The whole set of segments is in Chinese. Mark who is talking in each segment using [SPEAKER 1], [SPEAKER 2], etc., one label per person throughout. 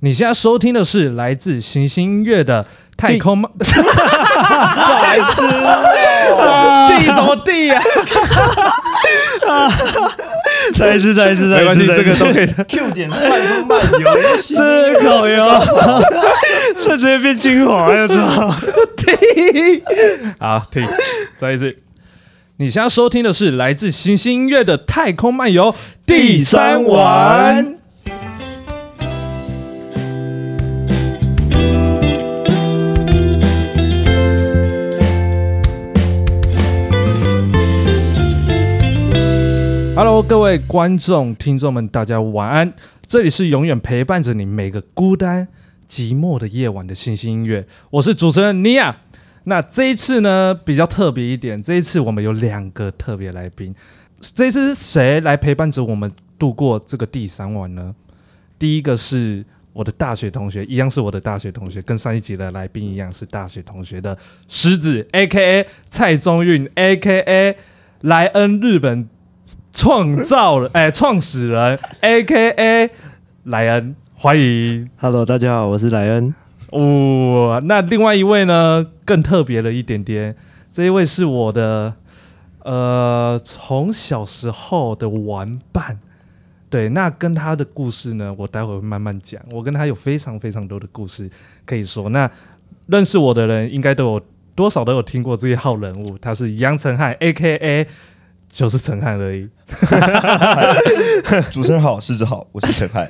[SPEAKER 1] 你现在收听的是来自行星音乐的《太空漫》
[SPEAKER 2] 白痴哦！
[SPEAKER 1] 地什么地啊？
[SPEAKER 3] 再一次，再一次，再
[SPEAKER 1] 没
[SPEAKER 3] 一
[SPEAKER 1] 关
[SPEAKER 3] 次，
[SPEAKER 1] 系，这个都可
[SPEAKER 3] 以。
[SPEAKER 1] 以。
[SPEAKER 2] Q 点是慢风慢游，游戏
[SPEAKER 3] 这个烤油，这直接变精华了，操！
[SPEAKER 1] 停，好停，再一次。你现在收听的是来自行星音乐的《太空漫游》第三晚。Hello，各位观众、听众们，大家晚安！这里是永远陪伴着你每个孤单、寂寞的夜晚的星星音乐，我是主持人尼亚。那这一次呢，比较特别一点，这一次我们有两个特别来宾。这一次是谁来陪伴着我们度过这个第三晚呢？第一个是我的大学同学，一样是我的大学同学，跟上一集的来宾一样是大学同学的狮子，A K A 蔡宗运，A K A 莱恩日本创造人，哎，创始人，A K A 莱恩，欢迎。
[SPEAKER 3] Hello，大家好，我是莱恩。
[SPEAKER 1] 哦，那另外一位呢，更特别了一点点。这一位是我的，呃，从小时候的玩伴。对，那跟他的故事呢，我待会会慢慢讲。我跟他有非常非常多的故事可以说。那认识我的人，应该都有多少都有听过这一号人物，他是杨成汉 （A K A），就是陈汉而已。
[SPEAKER 2] 主持人好，狮子好，我是陈汉。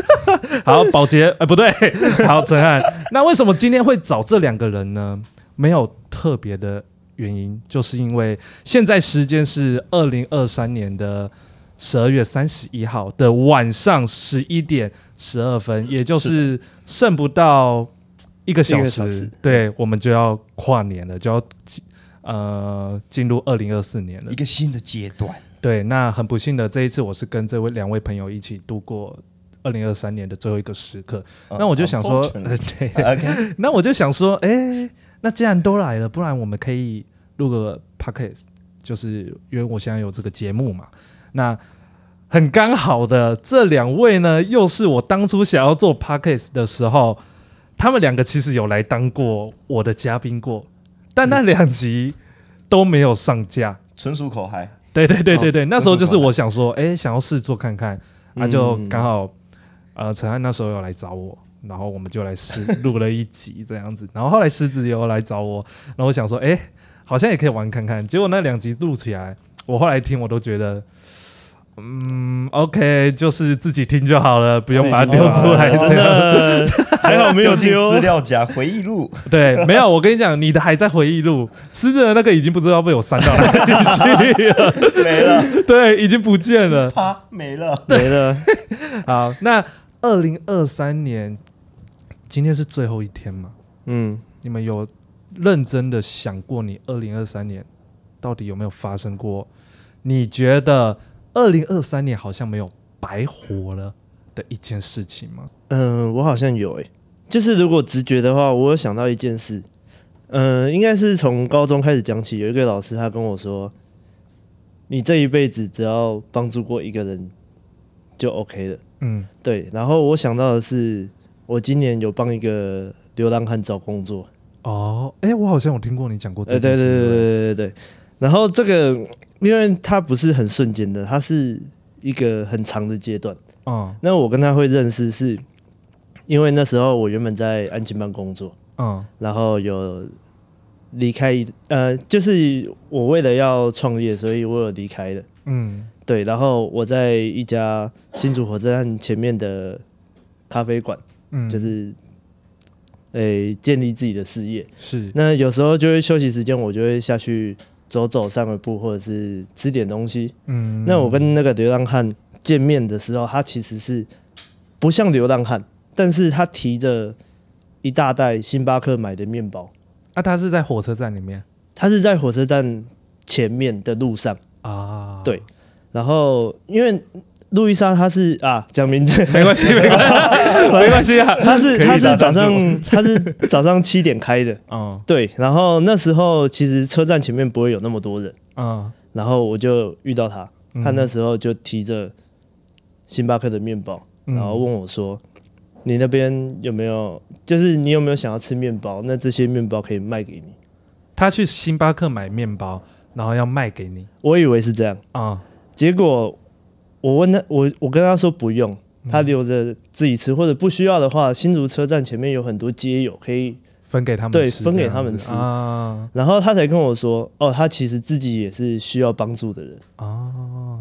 [SPEAKER 1] 好，保洁，哎、不对， 好，陈汉。那为什么今天会找这两个人呢？没有特别的原因，就是因为现在时间是二零二三年的十二月三十一号的晚上十一点十二分，也就是剩不到一个小
[SPEAKER 3] 一
[SPEAKER 1] 时，
[SPEAKER 3] 个小时
[SPEAKER 1] 对我们就要跨年了，就要呃进入二零二四年了
[SPEAKER 2] 一。个新的阶段，
[SPEAKER 1] 对，那很不幸的，这一次我是跟这位两位朋友一起度过二零二三年的最后一个时刻。
[SPEAKER 2] 嗯
[SPEAKER 1] 那我就想说，呃
[SPEAKER 2] unfortunately
[SPEAKER 1] 对，
[SPEAKER 2] OK，
[SPEAKER 1] 那我就想说，哎、那既然都来了，不然我们可以录个 podcast，就是因为我现在有这个节目嘛。那很刚好的，这两位呢，又是我当初想要做 podcast 的时候，他们两个其实有来当过我的嘉宾过，但那两集都没有上架。
[SPEAKER 2] 嗯纯属口嗨。哦
[SPEAKER 1] 对对对对对，那时候就是
[SPEAKER 2] 真是
[SPEAKER 1] 我想说，哎、想要试做看看，啊，
[SPEAKER 3] 嗯
[SPEAKER 1] 就刚好，呃，陈汉那时候有来找我，然后我们就来试录了一集这样子，然后后来狮子也有来找我，然后我想说，哎、好像也可以玩看看，结果那两集录起来，我后来听我都觉得。嗯，OK，就是自己听就好了，不 用把它丢出
[SPEAKER 3] 哎
[SPEAKER 1] 来。
[SPEAKER 2] 哦
[SPEAKER 1] 这 样
[SPEAKER 3] 呃，还好没有
[SPEAKER 2] 丢 进
[SPEAKER 3] 丢
[SPEAKER 2] 资。料夹回忆录，
[SPEAKER 1] 对，没有，我跟你讲，你的还在回忆录，狮子的那个已经不知道被我删到哪里去了，
[SPEAKER 2] 没了，
[SPEAKER 1] 对，已经不见 了。
[SPEAKER 2] 啪，没了。
[SPEAKER 3] 没了，
[SPEAKER 1] 好，那二零二三年，今天是最后一天嘛？
[SPEAKER 3] 嗯，
[SPEAKER 1] 你们有认真的想过，你二零二三年到底有没有发生过？你觉得二零二三年好像没有白活了的一件事情吗？
[SPEAKER 3] 嗯，我好像有诶、就是如果直觉的话，我有想到一件事，嗯，应该是从高中开始讲起，有一个老师他跟我说，你这一辈子只要帮助过一个人就 OK 了。
[SPEAKER 1] 嗯，
[SPEAKER 3] 对，然后我想到的是，我今年有帮一个流浪汉找工作，
[SPEAKER 1] 哦，哎、我好像有听过你讲过
[SPEAKER 3] 呃，
[SPEAKER 1] 这
[SPEAKER 3] 对
[SPEAKER 1] 件
[SPEAKER 3] 对
[SPEAKER 1] 事，不
[SPEAKER 3] 对对对对。然后这个，因为它不是很瞬间的，它是一个很长的阶段。
[SPEAKER 1] 嗯
[SPEAKER 3] 那我跟他会认识是，因为那时候我原本在安亲班工作，
[SPEAKER 1] 嗯
[SPEAKER 3] 然后有离开一，呃，就是我为了要创业，所以我有离开的。
[SPEAKER 1] 嗯
[SPEAKER 3] 对，然后我在一家新竹火车站前面的咖啡馆，
[SPEAKER 1] 嗯，
[SPEAKER 3] 就是，诶、建立自己的事业。
[SPEAKER 1] 是
[SPEAKER 3] 那有时候就会休息时间，我就会下去走走、散个步，或者是吃点东西。
[SPEAKER 1] 嗯，
[SPEAKER 3] 那我跟那个流浪汉见面的时候，他其实是不像流浪汉，但是他提着一大袋星巴克买的面包，
[SPEAKER 1] 啊，他是在火车站里面
[SPEAKER 3] 他是在火车站前面的路上。
[SPEAKER 1] 啊，
[SPEAKER 3] 对然后因为路易莎她是啊讲名字，
[SPEAKER 1] 没关系，没关系，没关系啊，
[SPEAKER 3] 她是
[SPEAKER 1] 可以
[SPEAKER 3] 她
[SPEAKER 1] 啦
[SPEAKER 3] 是早上她是早上七点开的，
[SPEAKER 1] 嗯
[SPEAKER 3] 对。然后那时候其实车站前面不会有那么多人，
[SPEAKER 1] 嗯，
[SPEAKER 3] 然后我就遇到他，
[SPEAKER 1] 嗯
[SPEAKER 3] 他那时候就提着星巴克的面包，
[SPEAKER 1] 嗯
[SPEAKER 3] 然后问我说：“你那边有没有，就是你有没有想要吃面包？那这些面包可以卖给你。
[SPEAKER 1] 他去星巴克买面包，然后要卖给你
[SPEAKER 3] 我以为是这样，
[SPEAKER 1] 啊、
[SPEAKER 3] 结果我问他，我我跟他说不用，他留着自己吃，或者不需要的话，新竹车站前面有很多街友可以。
[SPEAKER 1] 分给他们
[SPEAKER 3] 对
[SPEAKER 1] 吃
[SPEAKER 3] 分给
[SPEAKER 1] 这样
[SPEAKER 3] 他们
[SPEAKER 1] 子
[SPEAKER 3] 吃
[SPEAKER 1] 啊
[SPEAKER 3] 然后他才跟我说，哦，他其实自己也是需要帮助的人。
[SPEAKER 1] 啊，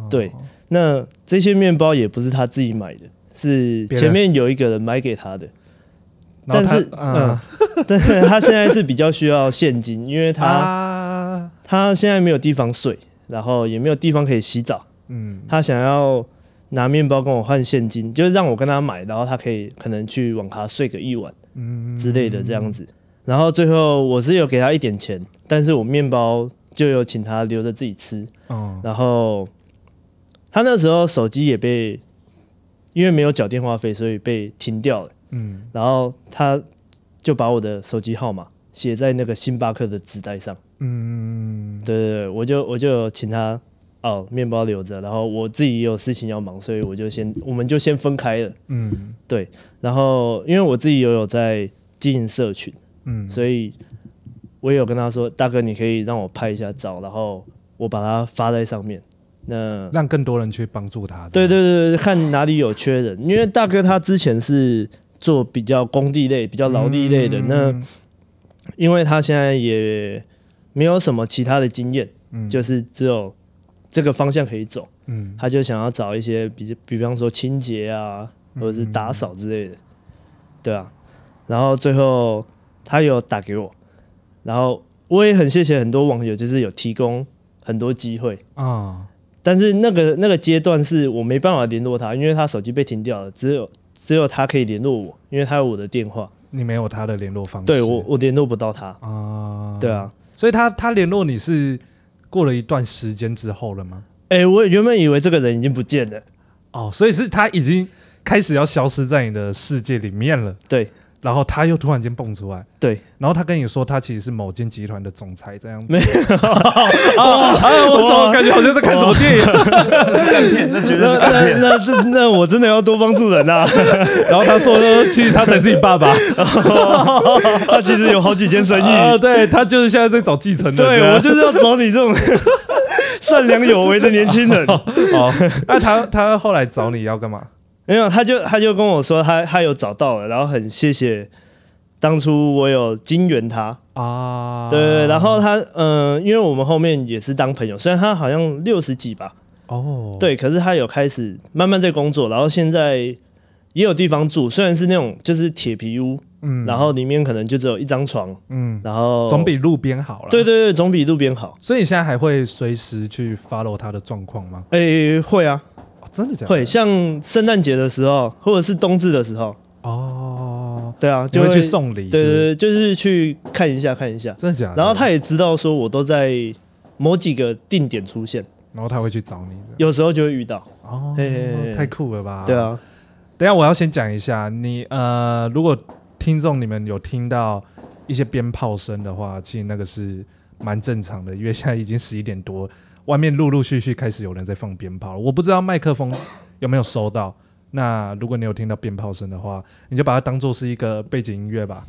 [SPEAKER 3] 对，那这些面包也不是他自己买的，是
[SPEAKER 1] 别人
[SPEAKER 3] 前面有一个人买给他的，
[SPEAKER 1] 然后
[SPEAKER 3] 但
[SPEAKER 1] 他
[SPEAKER 3] 是呃
[SPEAKER 1] 啊
[SPEAKER 3] 但是他现在是比较需要现金，因为他、
[SPEAKER 1] 啊
[SPEAKER 3] 他现在没有地方睡，然后也没有地方可以洗澡，
[SPEAKER 1] 嗯
[SPEAKER 3] 他想要拿面包跟我换现金，就是让我跟他买，然后他可以可能去网咖睡个一晚
[SPEAKER 1] 嗯
[SPEAKER 3] 之类的这样子。然后最后我是有给他一点钱，但是我面包就有请他留着自己吃，
[SPEAKER 1] 哦
[SPEAKER 3] 然后他那时候手机也被因为没有缴电话费，所以被停掉了。
[SPEAKER 1] 嗯
[SPEAKER 3] 然后他就把我的手机号码写在那个星巴克的纸袋上。
[SPEAKER 1] 嗯
[SPEAKER 3] 对对对，我就我就有请他哦，面包留着，然后我自己也有事情要忙，所以我就先我们就先分开了。
[SPEAKER 1] 嗯
[SPEAKER 3] 对，然后因为我自己也有在经营社群，
[SPEAKER 1] 嗯，
[SPEAKER 3] 所以我也有跟他说，大哥，你可以让我拍一下照，然后我把它发在上面。那
[SPEAKER 1] 让更多人去帮助他。
[SPEAKER 3] 对
[SPEAKER 1] 这样
[SPEAKER 3] 对对对，看哪里有缺人，因为大哥他之前是做比较工地类、比较劳力类的，那
[SPEAKER 1] 嗯
[SPEAKER 3] 因为他现在也没有什么其他的经验，
[SPEAKER 1] 嗯
[SPEAKER 3] 就是只有这个方向可以走，
[SPEAKER 1] 嗯
[SPEAKER 3] 他就想要找一些比比方说清洁啊，或者是打扫之类的，对啊。然后最后他有打给我，然后我也很谢谢很多网友，就是有提供很多机会，
[SPEAKER 1] 啊
[SPEAKER 3] 但是那个那个阶段是我没办法联络他，因为他手机被停掉了，只有只有他可以联络我，因为他有我的电话，
[SPEAKER 1] 你没有他的联络方式，
[SPEAKER 3] 对我我联络不到他，
[SPEAKER 1] 啊，
[SPEAKER 3] 对，啊，
[SPEAKER 1] 所以他他联络你是过了一段时间之后了吗？
[SPEAKER 3] 哎、我原本以为这个人已经不见了，
[SPEAKER 1] 哦，所以是他已经开始要消失在你的世界里面了，
[SPEAKER 3] 对
[SPEAKER 1] 然后他又突然间蹦出来，
[SPEAKER 3] 对，
[SPEAKER 1] 然后他跟你说他其实是某间集团的总裁这样子。
[SPEAKER 3] 没
[SPEAKER 1] 有啊，哎我怎么感觉好像在看什么
[SPEAKER 3] 哦
[SPEAKER 1] 电影？
[SPEAKER 2] 那绝对
[SPEAKER 3] 那
[SPEAKER 2] 是干片。
[SPEAKER 3] 那那那我真的要多帮助人啊，
[SPEAKER 1] 然后他 说，其实他才是你爸 爸。
[SPEAKER 3] 他其实有好几间生
[SPEAKER 1] 啊，
[SPEAKER 3] 意，
[SPEAKER 1] 对他就是现在在找继承人。啊
[SPEAKER 3] 对啊我就是要找你这种 善良有为的年轻人。
[SPEAKER 1] 哦，那他他后来找你要干嘛？
[SPEAKER 3] 没有，他就他就跟我说他他有找到了，然后很谢谢当初我有金援他，
[SPEAKER 1] 啊，
[SPEAKER 3] 对对对，然后他嗯、呃因为我们后面也是当朋友，虽然他好像六十几吧，
[SPEAKER 1] 哦，，
[SPEAKER 3] 对，可是他有开始慢慢在工作，然后现在也有地方住，虽然是那种就是铁皮屋，
[SPEAKER 1] 嗯
[SPEAKER 3] 然后里面可能就只有一张床，
[SPEAKER 1] 嗯，
[SPEAKER 3] 然后
[SPEAKER 1] 总比路边好了。
[SPEAKER 3] 对对对，总比路边好。
[SPEAKER 1] 所以你现在还会随时去 follow 他的状况吗？
[SPEAKER 3] 诶，会啊，
[SPEAKER 1] 哦、真的假的？
[SPEAKER 3] 会，像圣诞节的时候，或者是冬至的时候，
[SPEAKER 1] 哦，
[SPEAKER 3] 对啊，
[SPEAKER 1] 就
[SPEAKER 3] 就
[SPEAKER 1] 会去，送礼。是
[SPEAKER 3] 对对
[SPEAKER 1] 不是，哎
[SPEAKER 3] 对，就是去看一下看一下。
[SPEAKER 1] 真的假的？
[SPEAKER 3] 然后他，也知道说我都在某几个定点出现，
[SPEAKER 1] 然后他会去找你的。
[SPEAKER 3] 有时候就会遇到，
[SPEAKER 1] 哦，
[SPEAKER 3] 嘿嘿嘿
[SPEAKER 1] 太酷了吧？
[SPEAKER 3] 对。啊，
[SPEAKER 1] 等一下我要先讲一下，你呃，如果听众你们有听到一些鞭炮声的话，其实那个是蛮正常的，因为现在已经十一点多，外面陆陆续续开始有人在放鞭炮了。我不知道麦克风有没有收到。那如果你有听到鞭炮声的话，你就把它当做是一个背景音乐吧，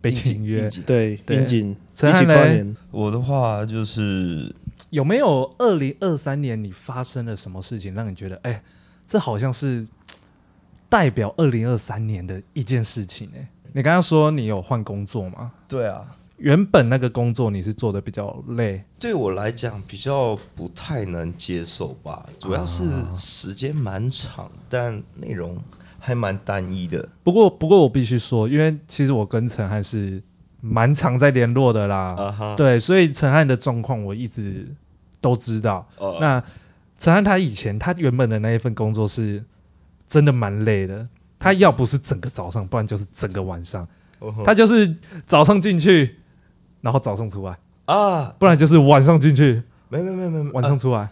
[SPEAKER 1] 背景音乐。
[SPEAKER 3] 对，
[SPEAKER 1] 对
[SPEAKER 3] 应景，
[SPEAKER 1] 陈
[SPEAKER 3] 一起
[SPEAKER 1] 汉
[SPEAKER 3] 跨
[SPEAKER 1] 嘞
[SPEAKER 3] 年。
[SPEAKER 2] 我的话就是
[SPEAKER 1] 有没有二零二三年你发生了什么事情，让你觉得哎、这好像是嘖代表二零二三年的一件事情、哎，你刚刚说你有换工作吗？
[SPEAKER 2] 对啊，
[SPEAKER 1] 原本那个工作你是做的比较累，
[SPEAKER 2] 对我来讲比较不太能接受吧，主要是时间蛮长，但内容还蛮单一的。
[SPEAKER 1] 不过不过我必须说，因为其实我跟陈汉是蛮常在联络的啦，
[SPEAKER 2] 啊哈，
[SPEAKER 1] 对，所以陈汉的状况我一直都知道。
[SPEAKER 2] 哦
[SPEAKER 1] 那陈汉他以前他原本的那一份工作是真的蛮累的，他要不是整个早上，不然就是整个晚上。
[SPEAKER 2] 哦吼
[SPEAKER 1] 他就是早上进去，然后早上出来，
[SPEAKER 2] 啊，
[SPEAKER 1] 不然就是晚上进去，
[SPEAKER 2] 没没没没没，
[SPEAKER 1] 晚
[SPEAKER 2] 啊
[SPEAKER 1] 上出来。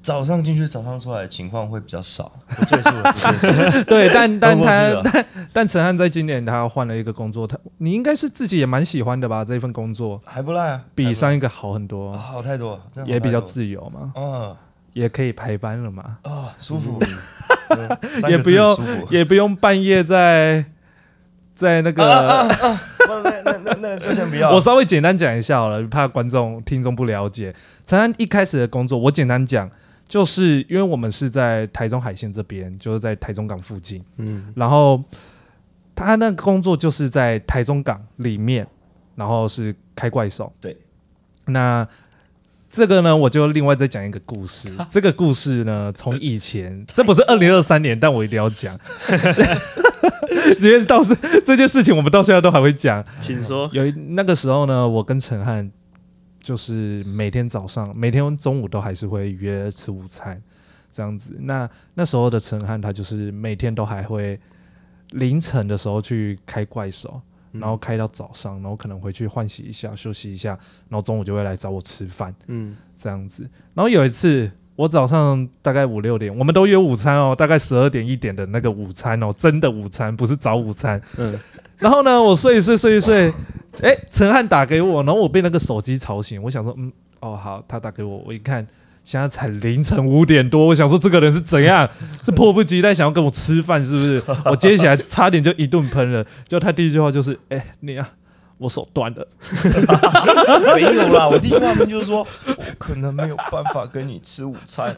[SPEAKER 2] 早上进去，早上出来的情况会比较少。不赘述了，不赘述了。
[SPEAKER 1] 对， 但但
[SPEAKER 2] 都过去
[SPEAKER 1] 他
[SPEAKER 2] 了
[SPEAKER 1] 但但陈汉在今年他换了一个工作，他你应该是自己也蛮喜欢的吧？这份工作
[SPEAKER 2] 还不赖啊，
[SPEAKER 1] 比
[SPEAKER 2] 还
[SPEAKER 1] 上一个好很
[SPEAKER 2] 不赖啊
[SPEAKER 1] 多，
[SPEAKER 2] 好太多，真的
[SPEAKER 1] 也
[SPEAKER 2] 好
[SPEAKER 1] 比
[SPEAKER 2] 太
[SPEAKER 1] 较
[SPEAKER 2] 多
[SPEAKER 1] 自由嘛，
[SPEAKER 2] 嗯
[SPEAKER 1] 也可以排班了嘛，
[SPEAKER 2] 啊舒服，嗯三
[SPEAKER 1] 也
[SPEAKER 2] 个
[SPEAKER 1] 不
[SPEAKER 2] 字
[SPEAKER 1] 用
[SPEAKER 2] 舒服
[SPEAKER 1] 也不用半夜在在那个，
[SPEAKER 2] 那那那那就先不要。
[SPEAKER 1] 我稍微简单讲一下好了，怕观众听众不了解。陈安一开始的工作，我简单讲，就是因为我们是在台中海线这边，就是在台中港附近，
[SPEAKER 3] 嗯，
[SPEAKER 1] 然后他那个工作就是在台中港里面，然后是开怪手。
[SPEAKER 2] 对，
[SPEAKER 1] 那这个呢，我就另外再讲一个故事。这个故事呢，从以 前，这不是二零二三年，但我一定要讲，因为到是 这件事情，我们到现在都还会讲。
[SPEAKER 3] 请说。
[SPEAKER 1] 有一那个时候呢，我跟陈汉就是每天早上、每天中午都还是会约吃午餐这样子。那那时候的陈汉，他就是每天都还会凌晨的时候去开怪手，然后开到早上，然后可能回去换洗一下、休息一下，然后中午就会来找我吃饭
[SPEAKER 3] 嗯，
[SPEAKER 1] 这样子。然后有一次。我早上大概五六点，我们都约午餐哦，大概十二点一点的那个午餐哦，真的午餐，不是早午餐。
[SPEAKER 3] 嗯，
[SPEAKER 1] 然后呢，我睡一睡，睡一睡，哎，陈汉打给我，然后我被那个手机吵醒，我想说，嗯，哦，好，他打给我，我一看，现在才凌晨五点多，我想说这个人是怎样，是迫不及待想要跟我吃饭是不是？我接起来差点就一顿喷了，就他第一句话就是，哎，你啊，我手断了，
[SPEAKER 2] 没有啦，我第一句话明就是 说，我可能没有办法跟你吃午 餐。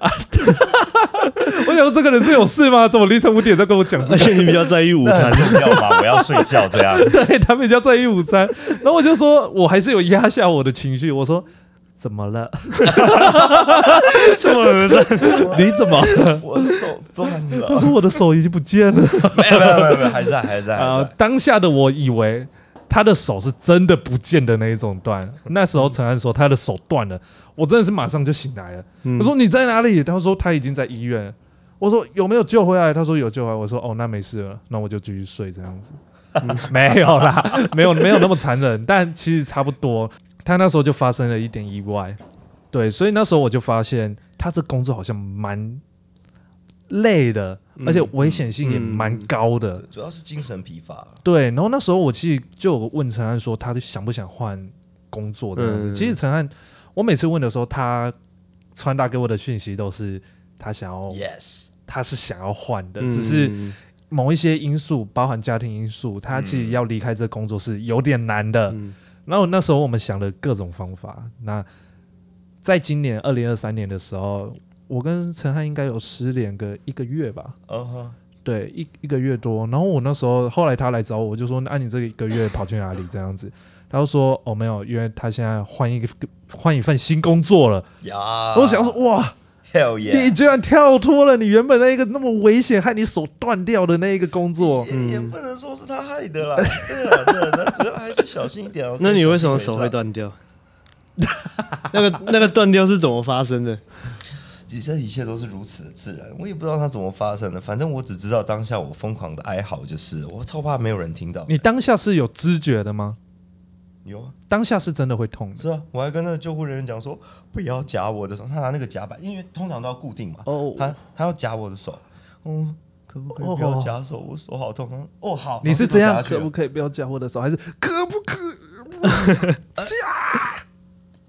[SPEAKER 1] 我想说这个人是有事吗？怎么凌晨五点在跟我讲这
[SPEAKER 3] 而且你比较在意午餐，
[SPEAKER 2] 重要吧？我要睡觉这 样。
[SPEAKER 1] 对他们家在一五三，然后我就说，我还是有压下我的情绪，我说怎么了？
[SPEAKER 3] 这么恶心。
[SPEAKER 1] 你怎么了？
[SPEAKER 2] 我手断
[SPEAKER 1] 他
[SPEAKER 2] 了，
[SPEAKER 1] 说我的手已经不见了。
[SPEAKER 2] 没有没有没有没有，还在还 在
[SPEAKER 1] 啊、
[SPEAKER 2] 还
[SPEAKER 1] 呃
[SPEAKER 2] 在。，
[SPEAKER 1] 当下的我以为他的手是真的不见的那一种断。那时候陈安说他的手断了，我真的是马上就醒来了。我说你在哪里？他说他已经在医院了。我说有没有救回来？他说有救回来。我说哦，那没事了，那我就继续睡这样子。没有啦，没有没有那么残忍，但其实差不多。他那时候就发生了一点意外，对，所以那时候我就发现他这工作好像蛮累的，而且危险性也蛮高的。
[SPEAKER 2] 主要是精神疲乏了。
[SPEAKER 1] 对，然后那时候我其实就有问陈汉说，他想不想换工作这样子。
[SPEAKER 3] 嗯
[SPEAKER 1] 其实陈汉，我每次问的时候，他传达给我的讯息都是他想要
[SPEAKER 2] Yes，
[SPEAKER 1] 他是想要换的，
[SPEAKER 3] 嗯
[SPEAKER 1] 只是某一些因素，包含家庭因素，他其实要离开这工作是有点难的。
[SPEAKER 3] 嗯
[SPEAKER 1] 然后那时候我们想了各种方法。那在今年二零二三年的时候，我跟陈汉应该有失联个一个月吧。
[SPEAKER 2] 嗯哼，
[SPEAKER 1] 对，一一个月多。然后我那时候后来他来找我，我就说：“那、你这个一个月跑去哪里？”这样子，他就说：“哦，没有，因为他现在换一个换一份新工作了。
[SPEAKER 2] 呀，
[SPEAKER 1] 我想说：“哇，
[SPEAKER 2] ，Hell
[SPEAKER 1] 你
[SPEAKER 2] 啊 yeah，
[SPEAKER 1] 居然跳脱了你原本那一个那么危险，害你手断掉的那一个工作。
[SPEAKER 2] 也也不能说是他害的啦，对啊对啊，那主要还是小心一点 哦。
[SPEAKER 3] 那你为什么手会？断 掉？那个那个断掉是怎么发生的？
[SPEAKER 2] 其实一切都是如此的自然，我也不知道它怎么发生的。反正我只知道当下我疯狂的哀嚎，就是我超怕没有人听到。
[SPEAKER 1] 你当下是有知觉的吗？
[SPEAKER 2] 有啊，
[SPEAKER 1] 当下是真的会痛的。
[SPEAKER 2] 是啊，我还跟那个救护人员讲说不要夹我的手，他拿那个夹板，因为通常都要固定嘛。
[SPEAKER 1] 哦
[SPEAKER 2] 他他要夹我的手，嗯，可不可以不要夹手？我手好痛啊！哦，好，
[SPEAKER 1] 你是
[SPEAKER 2] 这
[SPEAKER 1] 这样，可不可以不要夹我的手？还是可不可？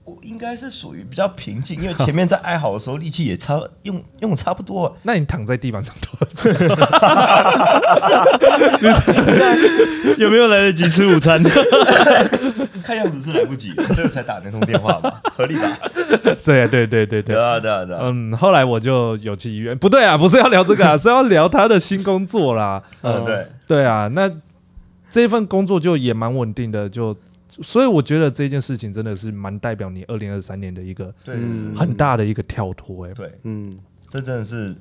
[SPEAKER 2] 我应该是属于比较平静，因为前面在哀嚎的时候力气也差用用差不多啊，
[SPEAKER 1] 那你躺在地板上 多久？
[SPEAKER 3] 有没有来得及吃午 餐？
[SPEAKER 2] 看样子是来不及， 所以我才打那通电话 嘛，合理吧？
[SPEAKER 1] 对对对对对
[SPEAKER 2] 对。啊，对啊，对啊。
[SPEAKER 1] 嗯，后来我就有去医院，不对啊，不是要聊这 个啊，是要聊他的新工作啦。
[SPEAKER 2] 嗯，对，
[SPEAKER 1] 对啊，那这份工作就也蛮稳定的，就所以我觉得这件事情真的是蛮代表你二零二三年的一个
[SPEAKER 2] 对
[SPEAKER 3] 嗯
[SPEAKER 1] 很大的一个跳脱、欸。哎，
[SPEAKER 2] 对，
[SPEAKER 3] 嗯，
[SPEAKER 2] 这真的是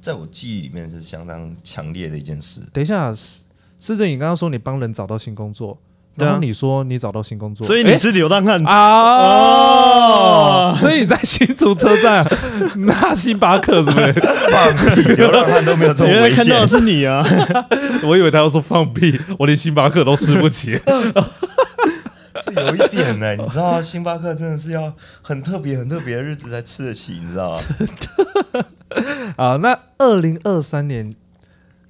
[SPEAKER 2] 在我记忆里面是相当强烈的一件 事。
[SPEAKER 1] 等一下，思思正，你刚刚说你帮人找到新工作，
[SPEAKER 3] 对啊
[SPEAKER 1] 然后你说你找到新工作，
[SPEAKER 3] 所以你是嗯哦流浪汉
[SPEAKER 1] 诶。啊，所以你在新竹车站 拿星巴克是不 是？
[SPEAKER 2] 放屁，流浪汉都没有这
[SPEAKER 3] 我
[SPEAKER 2] 么
[SPEAKER 3] 原来
[SPEAKER 2] 危
[SPEAKER 3] 看到的
[SPEAKER 2] 险。
[SPEAKER 3] 是你啊！
[SPEAKER 1] 我以为他要说放屁，我连星巴克都吃不起。
[SPEAKER 2] 是 有一点呢、你知道星巴克真的是要很特别、很特别的日子才吃得起，你知道 吗？
[SPEAKER 1] 啊，那二零二三年，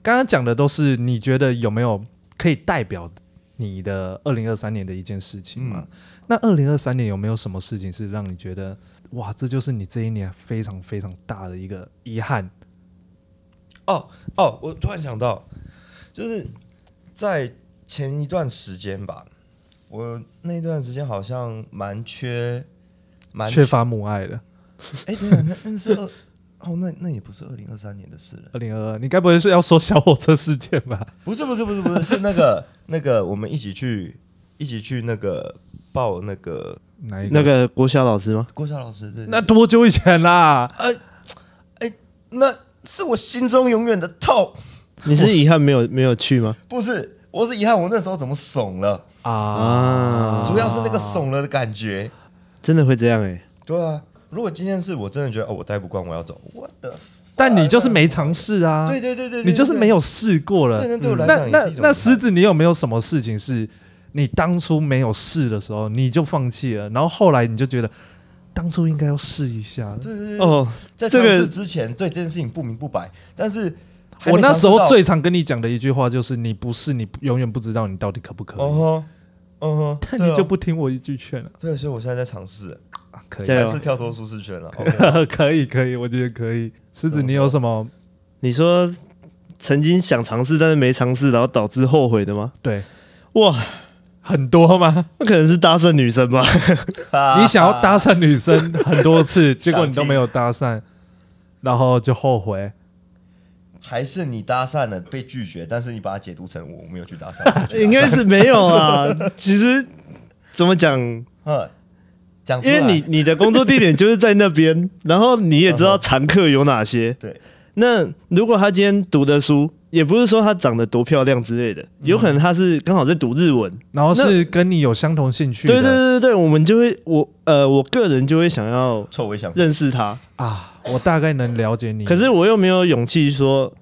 [SPEAKER 1] 刚刚讲的都是你觉得有没有可以代表你的二零二三年的一件事情吗？那二零二三年有没有什么事情是让你觉得哇，这就是你这一年非常非常大的一个遗憾？
[SPEAKER 2] 哦哦，我突然想到，就是在前一段时间吧，我那段时间好像蛮缺，蛮
[SPEAKER 1] 缺乏母爱的。
[SPEAKER 2] 哎，等等，那那是二哦，那那也不是二零二三年的事了，
[SPEAKER 1] 二零二二，你该不会是要说小火车事件吧？
[SPEAKER 2] 不是不是不是不是，是那个 那个我们一起去一起去那个报那个
[SPEAKER 1] 哪一
[SPEAKER 3] 那个国小老师吗？
[SPEAKER 2] 郭晓老师对
[SPEAKER 1] 那多久以前啦？
[SPEAKER 2] 那是我心中永远的痛，
[SPEAKER 3] 你是遗憾没有没有去吗？
[SPEAKER 2] 不是。我是遗憾，我那时候怎么怂了？
[SPEAKER 1] 啊，
[SPEAKER 2] 主要是那个怂了的感觉。
[SPEAKER 3] 真的会这样哎、
[SPEAKER 2] 对啊，如果今天是我真的觉得哦，我待不惯，我要走，我的，
[SPEAKER 1] 但你就是没尝试啊，
[SPEAKER 2] 对对对对，对
[SPEAKER 1] 你就是没。有试过了
[SPEAKER 2] 对。对，那对我来
[SPEAKER 1] 那
[SPEAKER 2] 讲
[SPEAKER 1] 那
[SPEAKER 2] 也是一种
[SPEAKER 1] 那
[SPEAKER 2] 遗憾
[SPEAKER 1] 狮子，你有没有什么事情是你当初没有试的时候你就放弃了，然后后来你就觉得当初应该要试一下？
[SPEAKER 2] 对对对，
[SPEAKER 3] 哦，
[SPEAKER 2] 在
[SPEAKER 3] 这
[SPEAKER 2] 尝
[SPEAKER 3] 个
[SPEAKER 2] 试之前对这件事情不明不白，但是还没
[SPEAKER 1] 我那时
[SPEAKER 2] 尝
[SPEAKER 1] 候
[SPEAKER 2] 试到
[SPEAKER 1] 最常跟你讲的一句话就是：你不试，你永远不知道你到底可不可
[SPEAKER 2] 嗯
[SPEAKER 1] 以。
[SPEAKER 2] 哼嗯哼，
[SPEAKER 1] 但
[SPEAKER 2] 对
[SPEAKER 1] 你
[SPEAKER 2] 啊
[SPEAKER 1] 就不听我一句劝 了，
[SPEAKER 2] 对，所以我现在在尝试，
[SPEAKER 1] 啊可以
[SPEAKER 3] 加
[SPEAKER 2] 还
[SPEAKER 3] 油
[SPEAKER 2] 是跳脱舒适圈了。OK
[SPEAKER 1] 吧， 可以，可以，我觉得可以。狮子，
[SPEAKER 2] 怎么
[SPEAKER 1] 你有什么？
[SPEAKER 3] 你说曾经想尝试但是没尝试，然后导致后悔的吗？
[SPEAKER 1] 对，
[SPEAKER 3] 哇，
[SPEAKER 1] 很多吗？
[SPEAKER 3] 那可能是搭讪女生吧。
[SPEAKER 1] 你想要搭讪女生很多次，结果你都没有搭讪，然后就后悔。
[SPEAKER 2] 还是你搭讪了被拒绝，但是你把它解读成我没有去搭讪，
[SPEAKER 3] 应该是没有啊。其实怎么讲，
[SPEAKER 2] 嗯，讲出
[SPEAKER 3] 因
[SPEAKER 2] 来
[SPEAKER 3] 为你你的工作地点就是在那边，然后你也知道常客有哪些。
[SPEAKER 2] 对
[SPEAKER 1] 嗯
[SPEAKER 3] 那如果他今天读的书，也不是说他长得多漂亮之类
[SPEAKER 1] 嗯
[SPEAKER 3] 的，有可能他是刚好在读日文。
[SPEAKER 1] 然后是跟你有相同兴趣的，
[SPEAKER 3] 对对对对对，我们就会我呃，我个人就会想要
[SPEAKER 2] 臭味相
[SPEAKER 3] 认识他，
[SPEAKER 1] 啊，我大概能了解你。
[SPEAKER 3] 可是我又没有勇气说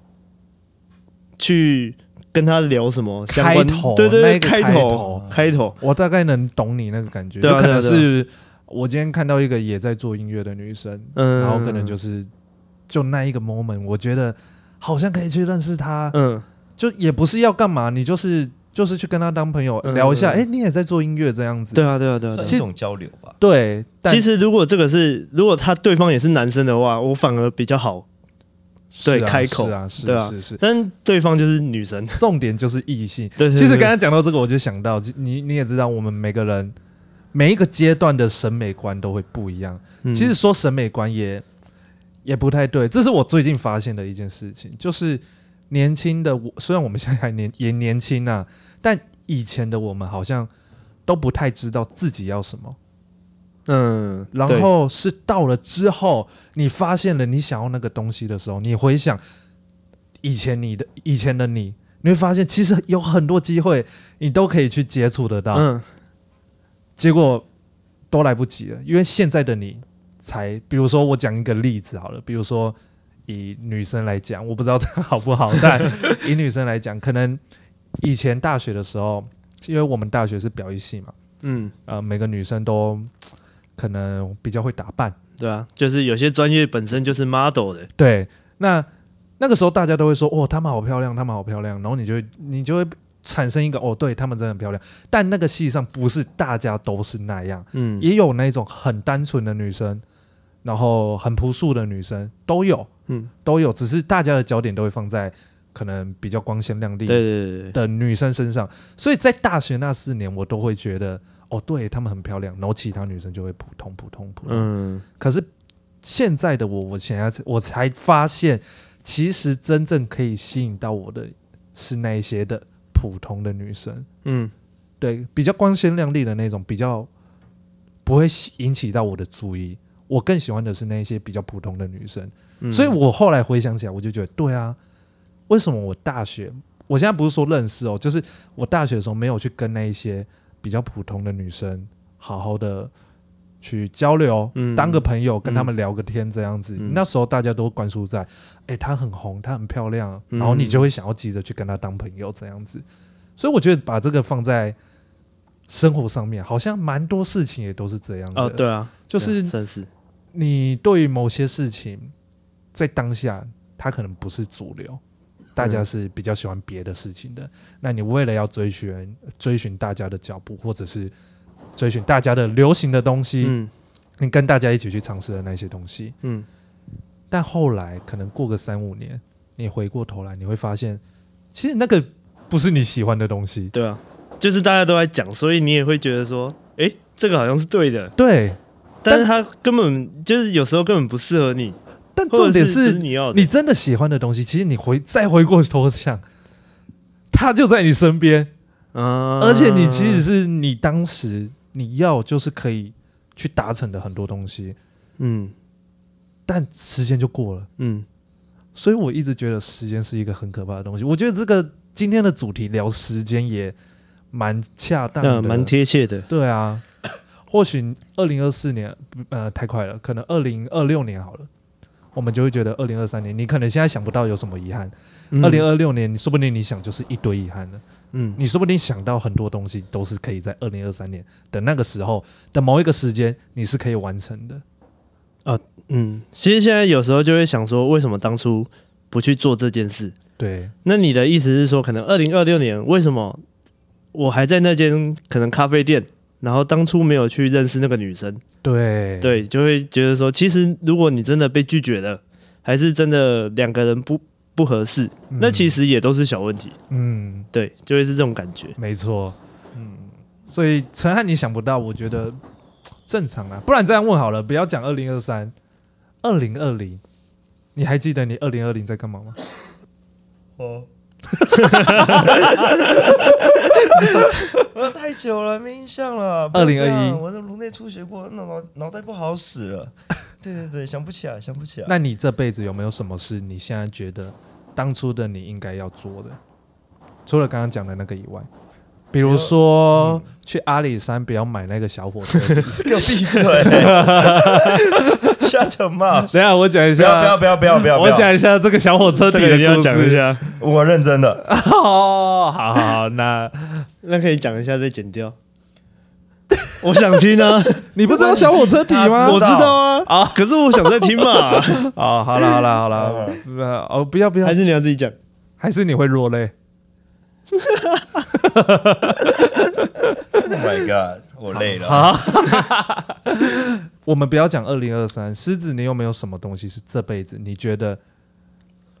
[SPEAKER 3] 去跟他聊什么相关
[SPEAKER 1] 开头
[SPEAKER 3] 对对
[SPEAKER 1] 那
[SPEAKER 3] 对，
[SPEAKER 1] 个
[SPEAKER 3] 开
[SPEAKER 1] 开
[SPEAKER 3] 头
[SPEAKER 1] 头
[SPEAKER 3] 开头，
[SPEAKER 1] 我大概能懂你那个感觉，
[SPEAKER 3] 对啊
[SPEAKER 1] 就可能
[SPEAKER 3] 对啊对啊
[SPEAKER 1] 是我今天看到一个也在做音乐的女生，
[SPEAKER 3] 嗯，
[SPEAKER 1] 然后可能就是就那一个 moment，我觉得好像可以去认识她，
[SPEAKER 3] 嗯
[SPEAKER 1] 就也不是要干嘛，你就是就是去跟她当朋友
[SPEAKER 3] 嗯
[SPEAKER 1] 聊一下，
[SPEAKER 3] 嗯嗯
[SPEAKER 1] 哎，你也在做音乐这样子，
[SPEAKER 3] 对啊对啊对啊，对啊
[SPEAKER 2] 算一种交流吧。
[SPEAKER 1] 对，但
[SPEAKER 3] 其实如果这个是，如果他对方也是男生的话，我反而比较好，
[SPEAKER 1] 是啊
[SPEAKER 3] 对开口
[SPEAKER 1] 是啊是
[SPEAKER 3] 对啊
[SPEAKER 1] 是是，
[SPEAKER 3] 但对方就是女生，
[SPEAKER 1] 重点就是异性。
[SPEAKER 3] 对 对
[SPEAKER 1] 其实
[SPEAKER 3] 对
[SPEAKER 1] 刚刚讲到这个，我就想到，你你也知道，我们每个人每一个阶段的审美观都会不一样。
[SPEAKER 3] 嗯
[SPEAKER 1] 其实说审美观也也不太对，这是我最近发现的一件事情，就是年轻的我，虽然我们现在还年也年轻啊，但以前的我们好像都不太知道自己要什么，
[SPEAKER 3] 嗯，
[SPEAKER 1] 然
[SPEAKER 3] 对
[SPEAKER 1] 后是到了之后，你发现了你想要那个东西的时候，你回想以前你的以前的你，你会发现其实有很多机会你都可以去接触得到，
[SPEAKER 3] 嗯
[SPEAKER 1] 结果都来不及了，因为现在的你才，比如说我讲一个例子好了，比如说以女生来讲，我不知道这样好不好， 但以女生来讲，可能以前大学的时候，因为我们大学是表演系嘛，
[SPEAKER 3] 嗯，
[SPEAKER 1] 呃，每个女生都可能比较会打扮。
[SPEAKER 3] 对啊，就是有些专业本身就是 model 的，
[SPEAKER 1] 对，那那个时候大家都会说，哦，她们好漂亮，她们好漂亮，然后你就会你就会产生一个，哦，对，她们真的很漂亮。但那个戏上不是大家都是那样，
[SPEAKER 3] 嗯
[SPEAKER 1] 也有那种很单纯的女生，然后很朴素的女生都有
[SPEAKER 3] 嗯，
[SPEAKER 1] 都有，只是大家的焦点都会放在可能比较光鲜亮丽
[SPEAKER 3] 对对对对对，
[SPEAKER 1] 的女生身上。所以在大学那四年，我都会觉得，哦，对，她们很漂亮，然后其他女生就会普通普通普通。
[SPEAKER 3] 嗯
[SPEAKER 1] 可是现在的我，我想要我才发现，其实真正可以吸引到我的是那一些的普通的女生，
[SPEAKER 3] 嗯
[SPEAKER 1] 对，比较光鲜亮丽的那种，比较不会吸引起到我的注意。我更喜欢的是那一些比较普通的女生，
[SPEAKER 3] 嗯，
[SPEAKER 1] 所以我后来回想起来，我就觉得，对啊，为什么我大学，我现在不是说认识哦，就是我大学的时候没有去跟那一些比较普通的女生好好的去交流，
[SPEAKER 3] 嗯
[SPEAKER 1] 当个朋友，跟他们聊个天这样子。
[SPEAKER 3] 嗯
[SPEAKER 1] 那时候大家都关注在，哎、她很红，她很漂亮，
[SPEAKER 3] 嗯
[SPEAKER 1] 然后你就会想要急着去跟她当朋友这样子。所以我觉得把这个放在生活上面，好像蛮多事情也都是这样的。
[SPEAKER 3] 哦，对啊，
[SPEAKER 1] 就是
[SPEAKER 3] 对啊算是
[SPEAKER 1] 你对于某些事情，在当下它可能不是主流，大家是比较喜欢别的事情的。那你为了要追寻追寻大家的脚步，或者是追寻大家的流行的东西，
[SPEAKER 3] 嗯
[SPEAKER 1] 你跟大家一起去尝试的那些东西，
[SPEAKER 3] 嗯
[SPEAKER 1] 但后来可能过个三五年，你回过头来，你会发现，其实那个不是你喜欢的东西。
[SPEAKER 3] 对啊，就是大家都在讲，所以你也会觉得说，哎、这个好像是对的，
[SPEAKER 1] 对，
[SPEAKER 3] 但是它根本就是有时候根本不适合你，
[SPEAKER 1] 但
[SPEAKER 3] 或
[SPEAKER 1] 重
[SPEAKER 3] 者
[SPEAKER 1] 点
[SPEAKER 3] 是不
[SPEAKER 1] 是
[SPEAKER 3] 是你要的
[SPEAKER 1] 你真的喜欢的东西，其实你回再回过头想，它就在你身边，
[SPEAKER 3] 啊，
[SPEAKER 1] 而且你其实是你当时你要就是可以去达成的很多东西，
[SPEAKER 3] 嗯
[SPEAKER 1] 但时间就过了。
[SPEAKER 3] 嗯
[SPEAKER 1] 所以我一直觉得时间是一个很可怕的东西。我觉得这个今天的主题聊时间也蛮恰当的，
[SPEAKER 3] 嗯，蛮贴切的，
[SPEAKER 1] 对啊。 或许二零二四年呃太快了，可能二零二六年好了，我们就会觉得二零二三年你可能现在想不到有什么遗憾，二零
[SPEAKER 3] 二
[SPEAKER 1] 二六年说不定你想就是一堆遗憾了，
[SPEAKER 3] 嗯
[SPEAKER 1] 你说不定想到很多东西都是可以在二零二三年的那个时候的某一个时间你是可以完成的。
[SPEAKER 3] 嗯，其实现在有时候就会想说，为什么当初不去做这件事？
[SPEAKER 1] 对
[SPEAKER 3] 那你的意思是说，可能二零二六年为什么我还在那间可能咖啡店，然后当初没有去认识那个女生？
[SPEAKER 1] 对
[SPEAKER 3] 对，就会觉得说，其实如果你真的被拒绝了，还是真的两个人不不合适，
[SPEAKER 1] 嗯
[SPEAKER 3] 那其实也都是小问题。
[SPEAKER 1] 嗯。
[SPEAKER 3] 对，就会是这种感觉。
[SPEAKER 1] 没错，嗯，所以陈汉你想不到，我觉得正常啊，不然这样问好了，不要讲二零二三，二零二零，你还记得你二零二零在干嘛吗？
[SPEAKER 2] 哦，我太久了，没印象了。不要这样
[SPEAKER 1] 2021
[SPEAKER 2] 我的颅内出血过，脑脑脑袋不好使了。对对对，想不起来，想不起来。
[SPEAKER 1] 那你这辈子有没有什么事你现在觉得当初的你应该要做的？除了刚刚讲的那个以外，比如说、
[SPEAKER 2] 嗯
[SPEAKER 1] 去阿里山不要买那个小火车。
[SPEAKER 2] 给我闭嘴！Shut your mouth！
[SPEAKER 1] 等一下我讲一
[SPEAKER 2] 不要不
[SPEAKER 1] 下
[SPEAKER 2] 要，不要不要不要！
[SPEAKER 1] 我讲一下这个小火车底的故事。
[SPEAKER 3] 下，
[SPEAKER 2] 我认真的，
[SPEAKER 1] 哦，好好好，那
[SPEAKER 3] 那可以讲一下再剪掉。 我想听啊，
[SPEAKER 1] 你不知道小火车底吗？
[SPEAKER 3] 我知道啊，
[SPEAKER 1] 啊
[SPEAKER 3] 可是我想再听 嘛，
[SPEAKER 1] 哦，好了好了好了， 呃哦不要不要
[SPEAKER 3] 还，是你要自己讲？
[SPEAKER 1] 还是你会落泪。
[SPEAKER 2] Oh my god！我累了。
[SPEAKER 1] 啊我们不要讲二零二三，狮子，你有没有什么东西是这辈子你觉得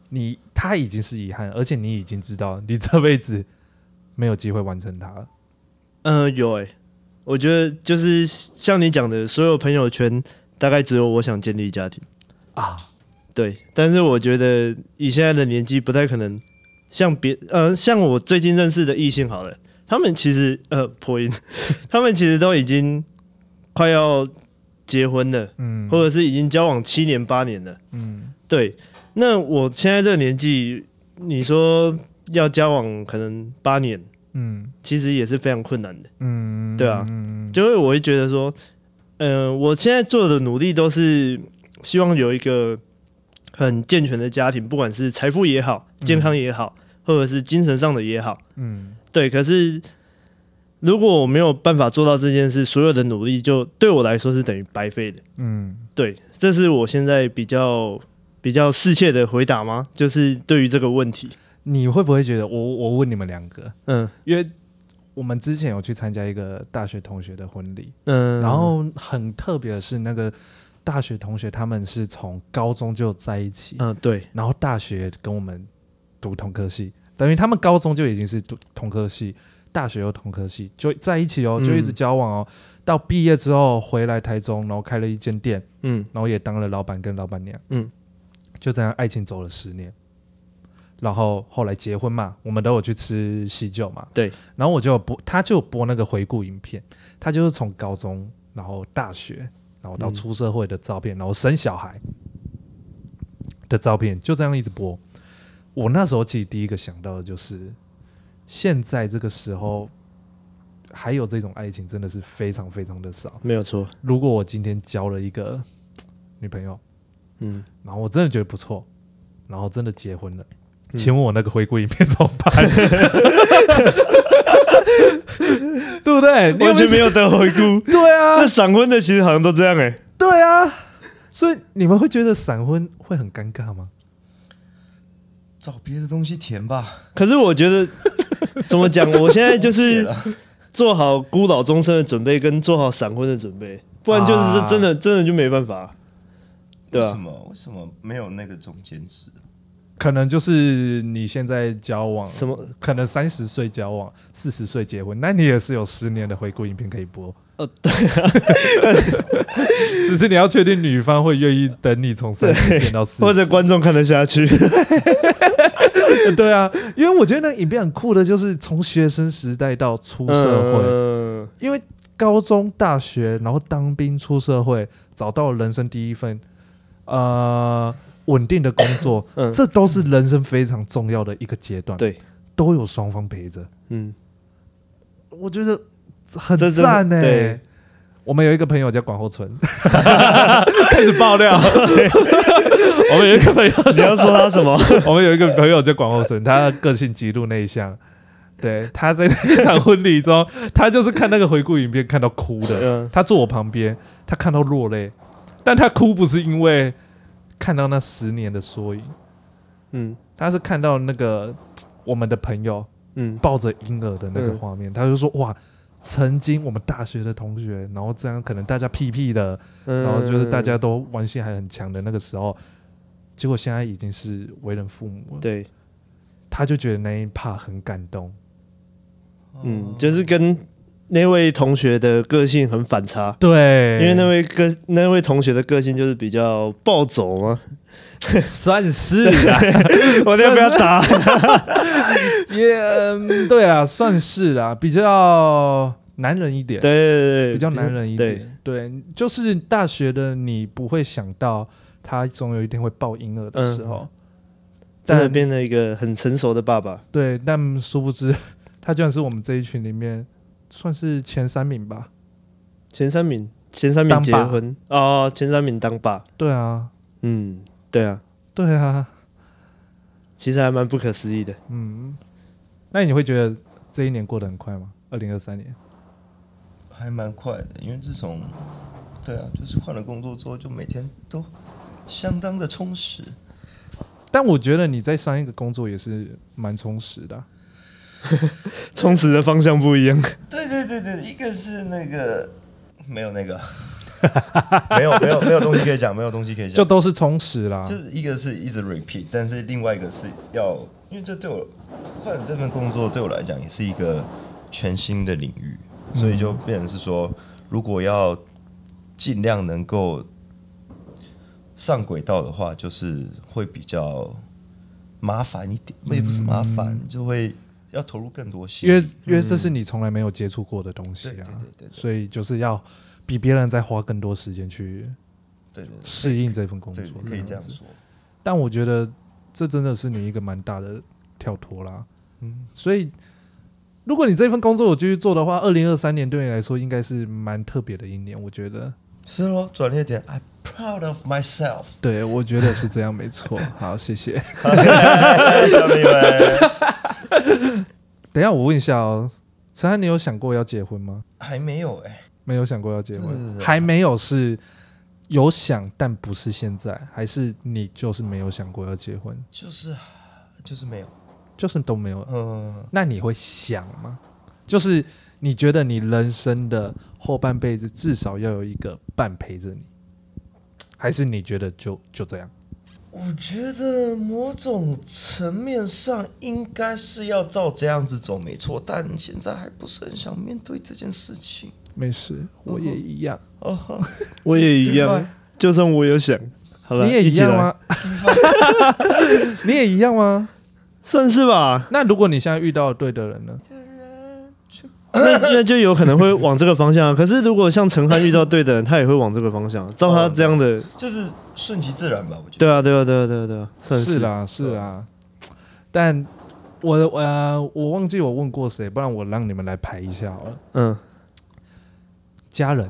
[SPEAKER 1] 你它已经是遗憾，而且你已经知道你这辈子没有机会完成它了？
[SPEAKER 3] 嗯、有哎、我觉得就是像你讲的，所有朋友圈大概只有我想建立家庭
[SPEAKER 1] 啊。
[SPEAKER 3] 对，但是我觉得以现在的年纪，不太可能像别呃，像我最近认识的异性好了，他们其实呃破音， 他们其实都已经快要结婚了，
[SPEAKER 1] 嗯
[SPEAKER 3] 或者是已经交往七年八年了。
[SPEAKER 1] 嗯
[SPEAKER 3] 对，那我现在这个年纪，你说要交往可能八年，
[SPEAKER 1] 嗯
[SPEAKER 3] 其实也是非常困难的。
[SPEAKER 1] 嗯，
[SPEAKER 3] 对啊
[SPEAKER 1] 嗯
[SPEAKER 3] 就会我会觉得说，嗯、我现在做的努力都是希望有一个很健全的家庭，不管是财富也好，健康也好，或者是精神上的也好，
[SPEAKER 1] 嗯
[SPEAKER 3] 对。可是如果我没有办法做到这件事，所有的努力就对我来说是等于白费的。
[SPEAKER 1] 嗯
[SPEAKER 3] 对，这是我现在比较比较适切的回答吗？就是对于这个问题，
[SPEAKER 1] 你会不会觉得我我问你们两个，
[SPEAKER 3] 嗯
[SPEAKER 1] 因为我们之前有去参加一个大学同学的婚礼，
[SPEAKER 3] 嗯，
[SPEAKER 1] 然后很特别的是，那个大学同学他们是从高中就在一起，
[SPEAKER 3] 嗯，对，
[SPEAKER 1] 然后大学跟我们读同科系，等于他们高中就已经是读同科系，大学又同科系，就在一起哦，
[SPEAKER 3] 嗯
[SPEAKER 1] 就一直交往哦。到毕业之后回来台中，然后开了一间店，
[SPEAKER 3] 嗯
[SPEAKER 1] 然后也当了老板跟老板娘，
[SPEAKER 3] 嗯，
[SPEAKER 1] 就这样爱情走了十年。然后后来结婚嘛，我们都有去吃喜酒嘛，
[SPEAKER 3] 对。
[SPEAKER 1] 然后我就有播，他就有播那个回顾影片，他就是从高中，然后大学，然后到
[SPEAKER 3] 嗯
[SPEAKER 1] 出社会的照片，然后生小孩的照片，就这样一直播。我那时候其实第一个想到的就是，现在这个时候还有这种爱情真的是非常非常的少。
[SPEAKER 3] 没有错，
[SPEAKER 1] 如果我今天交了一个女朋友，
[SPEAKER 3] 嗯，
[SPEAKER 1] 然后我真的觉得不错，然后真的结婚了，
[SPEAKER 3] 嗯
[SPEAKER 1] 请问我那个回顾影片怎么 办？对不对？你有
[SPEAKER 3] 完
[SPEAKER 1] 没有
[SPEAKER 3] 全
[SPEAKER 1] 想？
[SPEAKER 3] 没有得回顾。
[SPEAKER 1] 对啊
[SPEAKER 3] 那，闪婚的其实好像都这样哎、
[SPEAKER 1] 对啊，所以你们会觉得闪婚会很尴尬吗？
[SPEAKER 2] 找别的东西填吧。
[SPEAKER 3] 可是我觉 得怎么讲，我现在就是做好孤老终生的准备，跟做好闪婚的准备，不然就是
[SPEAKER 1] 啊
[SPEAKER 3] 真的、真的就没办法，对
[SPEAKER 2] 为什
[SPEAKER 3] 啊，
[SPEAKER 2] 么为什么没有那个中间值？
[SPEAKER 1] 可能就是你现在交往，
[SPEAKER 3] 什么？
[SPEAKER 1] 可能三十岁交往，四十岁结婚，那你也是有十年的回顾影片可以播。
[SPEAKER 3] 哦，
[SPEAKER 1] 对啊， 只是你要确定女方会愿意等你从三十变到四十，
[SPEAKER 3] 或者观众看得下去？
[SPEAKER 1] 对啊，因为我觉得那影片很酷的，就是从学生时代到出社会，
[SPEAKER 3] 嗯
[SPEAKER 1] 因为高中、大学，然后当兵、出社会，找到人生第一份呃稳定的工作，
[SPEAKER 3] 嗯
[SPEAKER 1] 这都是人生非常重要的一个阶段，
[SPEAKER 3] 对，
[SPEAKER 1] 都有双方陪着，
[SPEAKER 3] 嗯，
[SPEAKER 1] 我觉得很
[SPEAKER 3] 这真的
[SPEAKER 1] 赞呢、欸
[SPEAKER 3] 对
[SPEAKER 1] 我们有一个朋友叫广后 纯，开始爆料。我们有一个朋友
[SPEAKER 3] 你要说他什么？
[SPEAKER 1] 我们有一个朋友叫广后生，他个性极度内向。对，他在那场婚礼中，他就是看那个回顾影片看到哭的
[SPEAKER 3] 嗯。
[SPEAKER 1] 他坐我旁边，他看到落泪，但他哭不是因为看到那十年的缩影，
[SPEAKER 3] 嗯
[SPEAKER 1] 他是看到那个我们的朋友
[SPEAKER 3] 嗯，
[SPEAKER 1] 抱着婴儿的那个画面，他就说：“哇，曾经我们大学的同学，然后这样可能大家屁屁的，
[SPEAKER 3] 然
[SPEAKER 1] 然后就是大家都玩性还很强的那个时候，结果现在已经是为人父母了。”
[SPEAKER 3] 对，
[SPEAKER 1] 他就觉得那一趴很感动。哦
[SPEAKER 3] 嗯，就是跟那位同学的个性很反差。
[SPEAKER 1] 对
[SPEAKER 3] 因为那位个那位同学的个性就是比较暴走嘛，
[SPEAKER 1] 算是啦，
[SPEAKER 3] 我要不要打？
[SPEAKER 1] 也、嗯对啊，算是啦，比较男人一点，
[SPEAKER 3] 对对对，
[SPEAKER 1] 比较男人一
[SPEAKER 3] 对，
[SPEAKER 1] 点，对就是大学的你不会想到他总有一天会抱婴儿的时候，
[SPEAKER 3] 真的
[SPEAKER 1] 但
[SPEAKER 3] 变了一个很成熟的爸爸。
[SPEAKER 1] 对，但殊不知 他居然是我们这一群里面算是前三名吧，
[SPEAKER 3] 前三名，前三名
[SPEAKER 1] 当
[SPEAKER 3] 结
[SPEAKER 1] 爸
[SPEAKER 3] 婚哦，前三名当爸，
[SPEAKER 1] 对啊，
[SPEAKER 3] 嗯，对啊，
[SPEAKER 1] 对啊，
[SPEAKER 3] 其实还蛮不可思议的。
[SPEAKER 1] 嗯，那你会觉得这一年过得很快吗？二零二三年，
[SPEAKER 2] 还蛮快的，因为自从对啊，就是换了工作之后，就每天都相当的充实。
[SPEAKER 1] 但我觉得你在上一个工作也是蛮充实的啊、
[SPEAKER 3] 充实的方向不一样，
[SPEAKER 2] 对对对对，一个是那个没有那个， 没有没有没有东西可以讲，没有东西可以
[SPEAKER 1] 就
[SPEAKER 2] 讲。
[SPEAKER 1] 都是充实啦。
[SPEAKER 2] 啊就是一个是一直 repeat，但是另外一个是要，因为这对我换了这份工作对我来讲也是一个全新的领域，所以就变成是说，如果要尽量能够上轨道的话，就是会比较麻烦一点，也不是麻烦，就会要投入更多
[SPEAKER 1] 嗯
[SPEAKER 2] 心
[SPEAKER 1] 因为
[SPEAKER 2] 力。
[SPEAKER 1] 因为这是你从来没有接触过的东西啊
[SPEAKER 2] 嗯对对对对，对
[SPEAKER 1] 所以就是要比别人再花更多时间去
[SPEAKER 2] 对对
[SPEAKER 1] 适应这份工作
[SPEAKER 2] 对，，可以这样
[SPEAKER 1] 子。
[SPEAKER 2] 说。
[SPEAKER 1] 但我觉得这真的是你一个蛮大的跳脱啦。
[SPEAKER 2] 嗯
[SPEAKER 1] 所以如果你这份工作我继续做的话，二零二三年对你来说应该是蛮特别的一年，我觉得。。
[SPEAKER 2] 是咯，转捩点，I'm proud of myself
[SPEAKER 1] 对，我觉得是这样，没错。 好，谢谢。
[SPEAKER 2] 小你们
[SPEAKER 1] 等一下我问一下哦，陈汉，你有想过要结婚吗？
[SPEAKER 2] 还没有哎、
[SPEAKER 1] 没有想过要结
[SPEAKER 2] 对对
[SPEAKER 1] 婚，
[SPEAKER 2] 对
[SPEAKER 1] 还没有是有想，但不是现在，还是你就是没有想过要结婚，
[SPEAKER 2] 就是就是没有。
[SPEAKER 1] 就是都没有。
[SPEAKER 2] 嗯，
[SPEAKER 1] 那你会想吗？就是你觉得你人生的后半辈子至少要有一个伴陪着你，还是你觉得就就这样？
[SPEAKER 2] 我觉得某种层面上应该是要照这样子走，没错，但现在还不是很想面对这件事情。
[SPEAKER 1] 没事，我也一样，
[SPEAKER 2] 哦，
[SPEAKER 3] 我也一样
[SPEAKER 2] 明白，
[SPEAKER 3] 就算我有想，好了，
[SPEAKER 1] 你也
[SPEAKER 3] 一
[SPEAKER 1] 一
[SPEAKER 3] 起
[SPEAKER 1] 样
[SPEAKER 3] 来？
[SPEAKER 1] 吗？ 你也一样吗？
[SPEAKER 3] 算是吧，
[SPEAKER 1] 那如果你现在遇到对的人呢？
[SPEAKER 3] 那那就有可能会往这个方向啊。可是如果像陈汉遇到对的人，他也会往这个方向啊。照他这样
[SPEAKER 1] 哦
[SPEAKER 3] 的，
[SPEAKER 2] 就是顺其自然吧，我觉得。
[SPEAKER 3] 对啊，对啊，对啊，对啊，对啊，算
[SPEAKER 1] 是
[SPEAKER 3] 啦，
[SPEAKER 1] 啦，是啦，但我我、呃、我忘记我问过谁，不然我让你们来排一下好了。
[SPEAKER 3] 嗯，
[SPEAKER 1] 家人，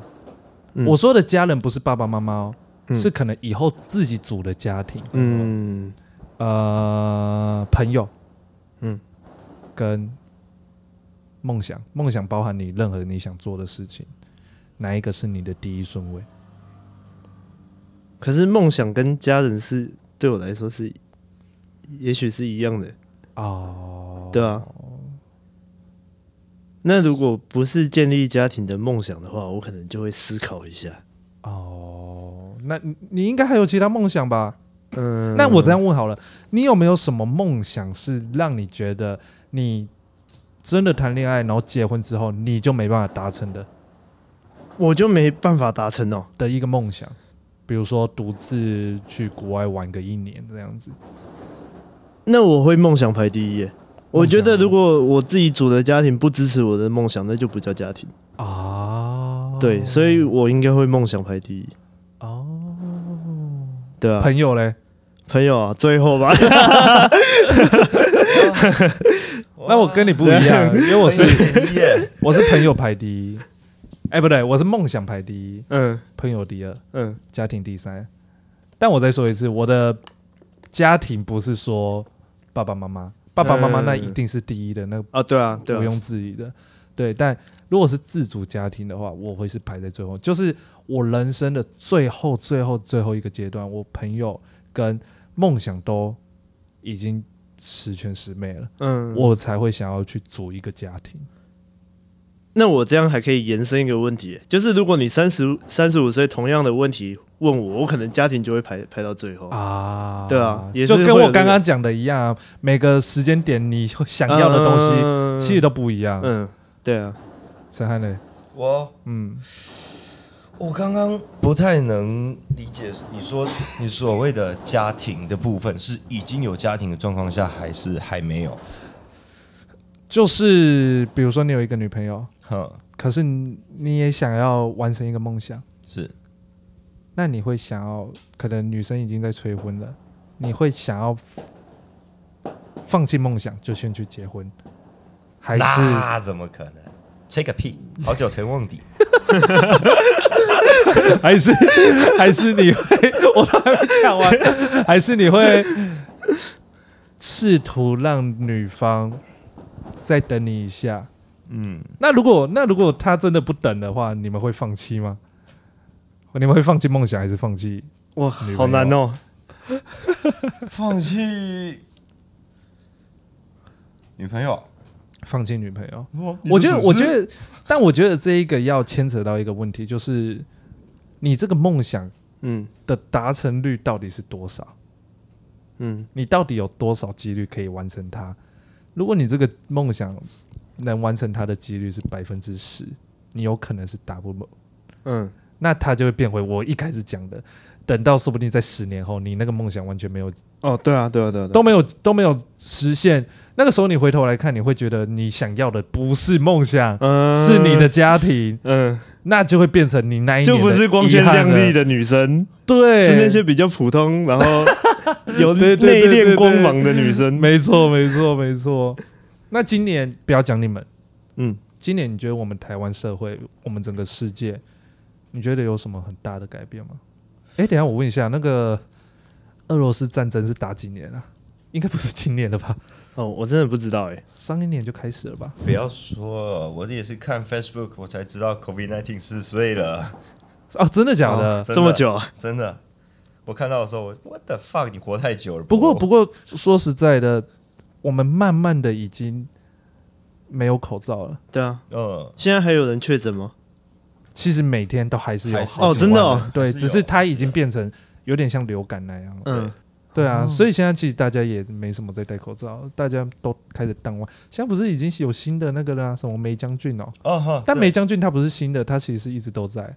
[SPEAKER 3] 嗯
[SPEAKER 1] 我，说的家人不是爸爸妈妈哦，
[SPEAKER 3] 嗯
[SPEAKER 1] 是可能以后自己组的家庭，
[SPEAKER 3] 嗯
[SPEAKER 1] 呃，朋友，
[SPEAKER 3] 嗯，
[SPEAKER 1] 跟梦想，梦想包含你任何你想做的事情，哪一个是你的第一顺位？
[SPEAKER 3] 可是梦想跟家人是对我来说是，也许是一样的，
[SPEAKER 1] 哦，
[SPEAKER 3] 对啊。那如果不是建立家庭的梦想的话，我可能就会思考一下。
[SPEAKER 1] 哦，那你你应该还有其他梦想吧？
[SPEAKER 3] 嗯，
[SPEAKER 1] 那我这样问好了，你有没有什么梦想是让你觉得你真的谈恋爱，然后结婚之后你就没办法达成的
[SPEAKER 3] 我就没办法达成哦。
[SPEAKER 1] 的一个梦想？比如说独自去国外玩个一年这样子，
[SPEAKER 3] 那我会梦想排第一耶。我觉
[SPEAKER 1] 梦
[SPEAKER 3] 得
[SPEAKER 1] 想
[SPEAKER 3] 如果我自己组的家庭不支持我的梦想，那就不叫家庭。
[SPEAKER 1] 哦啊，
[SPEAKER 3] 对，所以我应该会梦想排第一。
[SPEAKER 1] 哦，
[SPEAKER 3] 对啊，
[SPEAKER 1] 朋友嘞，
[SPEAKER 3] 朋友啊，最 后吧，
[SPEAKER 1] 那我跟你不一 样，因为我是
[SPEAKER 2] 第一耶，
[SPEAKER 1] 我是朋友排第一，哎、不对，我是梦想排第一，
[SPEAKER 3] 嗯
[SPEAKER 1] 朋友第二，
[SPEAKER 3] 嗯，
[SPEAKER 1] 家庭第三。但我再说一次，我的家庭不是说爸爸妈妈，爸爸妈妈
[SPEAKER 3] 嗯
[SPEAKER 1] 那一定是第一的，那
[SPEAKER 3] 啊，对啊，对
[SPEAKER 1] 毋庸
[SPEAKER 3] 啊，
[SPEAKER 1] 置疑的。对，但如果是自主家庭的话，我会是排在最后，就是我人生的最后、最后、最后一个阶段，我朋友跟梦想都已经十全十美了，
[SPEAKER 3] 嗯，
[SPEAKER 1] 我才会想要去组一个家庭。
[SPEAKER 3] 那我这样还可以延伸一个问题耶，就是如果你三十三十五岁同样的问题问我，我可能家庭就会排排到最后。
[SPEAKER 1] 啊，
[SPEAKER 3] 对啊也
[SPEAKER 1] 就是跟
[SPEAKER 3] 会有
[SPEAKER 1] 我
[SPEAKER 3] 这
[SPEAKER 1] 刚
[SPEAKER 3] 个
[SPEAKER 1] 刚讲的一样啊，每个时间点你想要的东
[SPEAKER 3] 嗯
[SPEAKER 1] 西其实都不一样。
[SPEAKER 3] 嗯，对啊，
[SPEAKER 1] 陈汉磊，
[SPEAKER 2] 我
[SPEAKER 1] 嗯，
[SPEAKER 2] 我刚刚不太能理解你说你所谓的家庭的部分，是已经有家庭的状况下，还是还没有？
[SPEAKER 1] 就是比如说你有一个女朋友，
[SPEAKER 2] 哼，
[SPEAKER 1] 可是你你也想要完成一个梦想，
[SPEAKER 2] 是
[SPEAKER 1] 那你会想要，可能女生已经在催婚了，你会想要放弃梦想就先去结婚，还是
[SPEAKER 2] 那怎么可能？吹个屁！好久成瓮底，
[SPEAKER 1] 还是还是你会，我都还没讲完，还是你会试图让女方再等你一下？
[SPEAKER 2] 嗯，
[SPEAKER 1] 那如果那如果她真的不等的话，你们会放弃吗？你们会放弃梦想还是放弃？
[SPEAKER 3] 哇，
[SPEAKER 1] 女朋友
[SPEAKER 3] 好难哦。
[SPEAKER 2] 放弃 女朋友，
[SPEAKER 1] 放弃女朋友？
[SPEAKER 2] 我
[SPEAKER 1] 我觉得，我觉得，但我觉得这一个要牵扯到一个问题，就是你这个梦想
[SPEAKER 3] 嗯
[SPEAKER 1] 的达成率到底是多少？
[SPEAKER 3] 嗯，
[SPEAKER 1] 你到底有多少几率可以完成它？如果你这个梦想能完成它的几率是百分之十，你有可能是达不，
[SPEAKER 3] 嗯，
[SPEAKER 1] 那它就会变回我一开始讲的，等到说不定在十年后，你那个梦想完全没有
[SPEAKER 3] 哦，对啊，对啊，对啊，对啊
[SPEAKER 1] 都没有都没有实现，那个时候你回头来看，你会觉得你想要的不是梦想，
[SPEAKER 3] 嗯
[SPEAKER 1] 是你的，家庭，
[SPEAKER 3] 嗯，
[SPEAKER 1] 那就会变成你那一年
[SPEAKER 3] 就不是光鲜亮丽
[SPEAKER 1] 的遗
[SPEAKER 3] 的女生，
[SPEAKER 1] 憾了，对，
[SPEAKER 3] 是那些比较普通， 然后有
[SPEAKER 1] 对对对对
[SPEAKER 3] 内
[SPEAKER 1] 对
[SPEAKER 3] 敛光芒的女生。
[SPEAKER 1] 没错，没错，没错。那今年不要讲你们，
[SPEAKER 3] 嗯，
[SPEAKER 1] 今年你觉得我们台湾社会，我们整个世界，你觉得有什么很大的改变吗？哎，等一下我问一下，那个俄罗斯战争是打几年啊？应该不是今年了吧？
[SPEAKER 3] 哦，我真的不知道哎。
[SPEAKER 1] 上一年就开始了吧？
[SPEAKER 2] 不要说，我也是看 Facebook 我才知道 COVID nineteen 四岁了，
[SPEAKER 1] 哦，真的假的？
[SPEAKER 2] 真的
[SPEAKER 3] 这么久啊？
[SPEAKER 2] 真的。我看到的时候，我 What the fuck！你活太久了。
[SPEAKER 1] 不过，
[SPEAKER 2] bro
[SPEAKER 1] 不过说实在的，我们慢慢的已经没有口罩了。
[SPEAKER 3] 对啊，
[SPEAKER 2] 嗯，
[SPEAKER 3] 现在还有人确诊吗？
[SPEAKER 1] 其实每天都还是有
[SPEAKER 2] 还是
[SPEAKER 1] 好
[SPEAKER 3] 哦
[SPEAKER 1] 几
[SPEAKER 3] 真的
[SPEAKER 1] 万
[SPEAKER 3] 哦
[SPEAKER 1] 人对，
[SPEAKER 2] 还是
[SPEAKER 1] 只是
[SPEAKER 2] 有
[SPEAKER 1] 它已经变成有点像流感那样了。
[SPEAKER 3] 嗯，
[SPEAKER 1] 对啊，
[SPEAKER 3] 哦
[SPEAKER 1] 所以现在其实大家也没什么在戴口罩，大家都开始淡忘。现在不是已经有新的那个啦、什么梅将军哦？
[SPEAKER 2] 哦哈，
[SPEAKER 1] 但
[SPEAKER 2] 对
[SPEAKER 1] 梅将军它不是新的，它其实一直都在，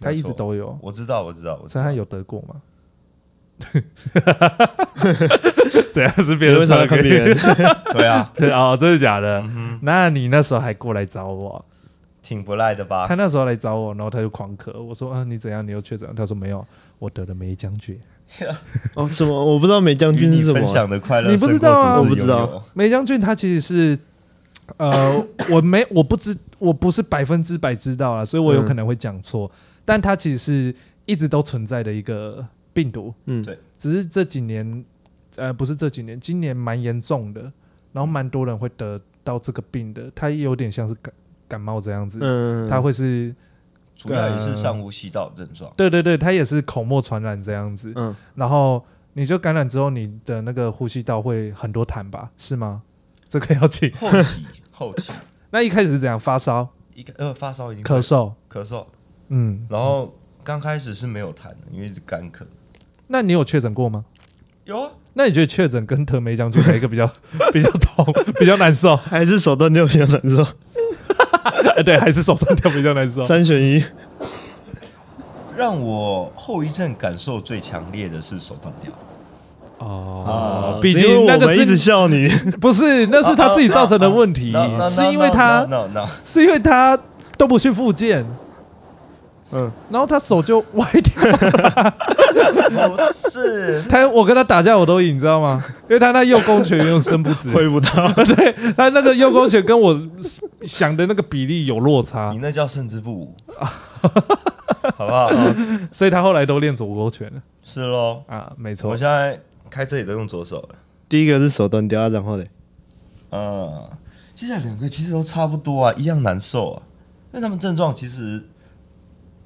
[SPEAKER 1] 它
[SPEAKER 2] 没
[SPEAKER 1] 一直
[SPEAKER 2] 错
[SPEAKER 1] 都有。
[SPEAKER 2] 我知道，我知道，我知
[SPEAKER 1] 陈
[SPEAKER 2] 道
[SPEAKER 1] 汉。有得过吗？ 怎样是别
[SPEAKER 3] 你
[SPEAKER 1] 人
[SPEAKER 3] 为什么要看别人？嗯
[SPEAKER 2] 对 啊，
[SPEAKER 1] 对哦，真的假的？那你那时候还过来找我，
[SPEAKER 2] 挺不赖的吧
[SPEAKER 1] 他？那时候来找我，然后他就狂咳。我说啊，你怎样？你又确诊？他说没有，我得了梅将军。
[SPEAKER 3] 哦，什么？我不知道美将
[SPEAKER 2] 与
[SPEAKER 3] 军
[SPEAKER 2] 你
[SPEAKER 3] 是什么
[SPEAKER 2] 分
[SPEAKER 3] 啊。
[SPEAKER 2] 享的快乐，
[SPEAKER 1] 你不知道啊
[SPEAKER 2] 胜过独
[SPEAKER 3] 我
[SPEAKER 2] 自
[SPEAKER 3] 不
[SPEAKER 2] 拥
[SPEAKER 3] 知
[SPEAKER 2] 有
[SPEAKER 3] 道。
[SPEAKER 1] 梅将军他其实是，呃，我没我不知我不是百分之百知道啦，所以我有可能会讲错，但它其实是一直都存在的一个病毒，
[SPEAKER 3] 嗯
[SPEAKER 2] 对
[SPEAKER 1] 只是这几年，呃，不是这几年，今年蛮严重的，然后蛮多人会得到这个病的，它有点像是感感冒这样子，
[SPEAKER 3] 嗯，
[SPEAKER 1] 它会是，
[SPEAKER 2] 主要也是上呼吸道症状。
[SPEAKER 1] 对对对，它也是口沫传染这样子，
[SPEAKER 3] 嗯
[SPEAKER 1] 然后你就感染之后，你的那个呼吸道会很多痰吧，是吗？这个要请。
[SPEAKER 2] 后期， 后期
[SPEAKER 1] 那一开始是怎样？发烧、
[SPEAKER 2] 一个呃发烧已经
[SPEAKER 1] 咳嗽，
[SPEAKER 2] 咳嗽，
[SPEAKER 1] 嗯，
[SPEAKER 2] 然后刚开始是没有痰的，因为是干咳。
[SPEAKER 1] 那你有确诊过吗？
[SPEAKER 2] 有啊，
[SPEAKER 1] 那你觉得确诊跟得梅将军哪一个 比较比较痛，比较难受？
[SPEAKER 3] 还是手断掉比较难受？
[SPEAKER 1] 呃对，还是手上掉比较难受？
[SPEAKER 3] 三选一，
[SPEAKER 2] 让我后遗症感受最强烈的是手断掉。
[SPEAKER 1] 哦
[SPEAKER 3] 啊，
[SPEAKER 1] 毕
[SPEAKER 3] 是因为
[SPEAKER 1] 竟那
[SPEAKER 3] 我
[SPEAKER 1] 个
[SPEAKER 3] 们一直
[SPEAKER 1] 是
[SPEAKER 3] 笑你，
[SPEAKER 1] 不是那是他自己造成的问题
[SPEAKER 2] 啊啊啊啊啊啊啊啊，
[SPEAKER 1] 是因为他
[SPEAKER 2] no no，
[SPEAKER 1] 是因为他都不去复健，
[SPEAKER 3] 嗯，
[SPEAKER 1] 然后他手就歪掉。
[SPEAKER 2] no，不是，
[SPEAKER 1] 他我跟他打架我都赢，你知道吗？因为他那右勾拳用伸不直，
[SPEAKER 3] 回不到。
[SPEAKER 1] 对他那个右勾拳跟我想的那个比例有落差
[SPEAKER 2] 你，那叫胜之 不武，好不好？哦
[SPEAKER 1] 所以他后来都练左勾拳了
[SPEAKER 2] 是喽，
[SPEAKER 1] 啊，没错
[SPEAKER 2] 我。现在开车也都用左手了。
[SPEAKER 3] 第一个是手断掉，然后嘞，
[SPEAKER 2] 嗯，接下来两个其实都差不多啊，一样难受啊，因为他们症状其实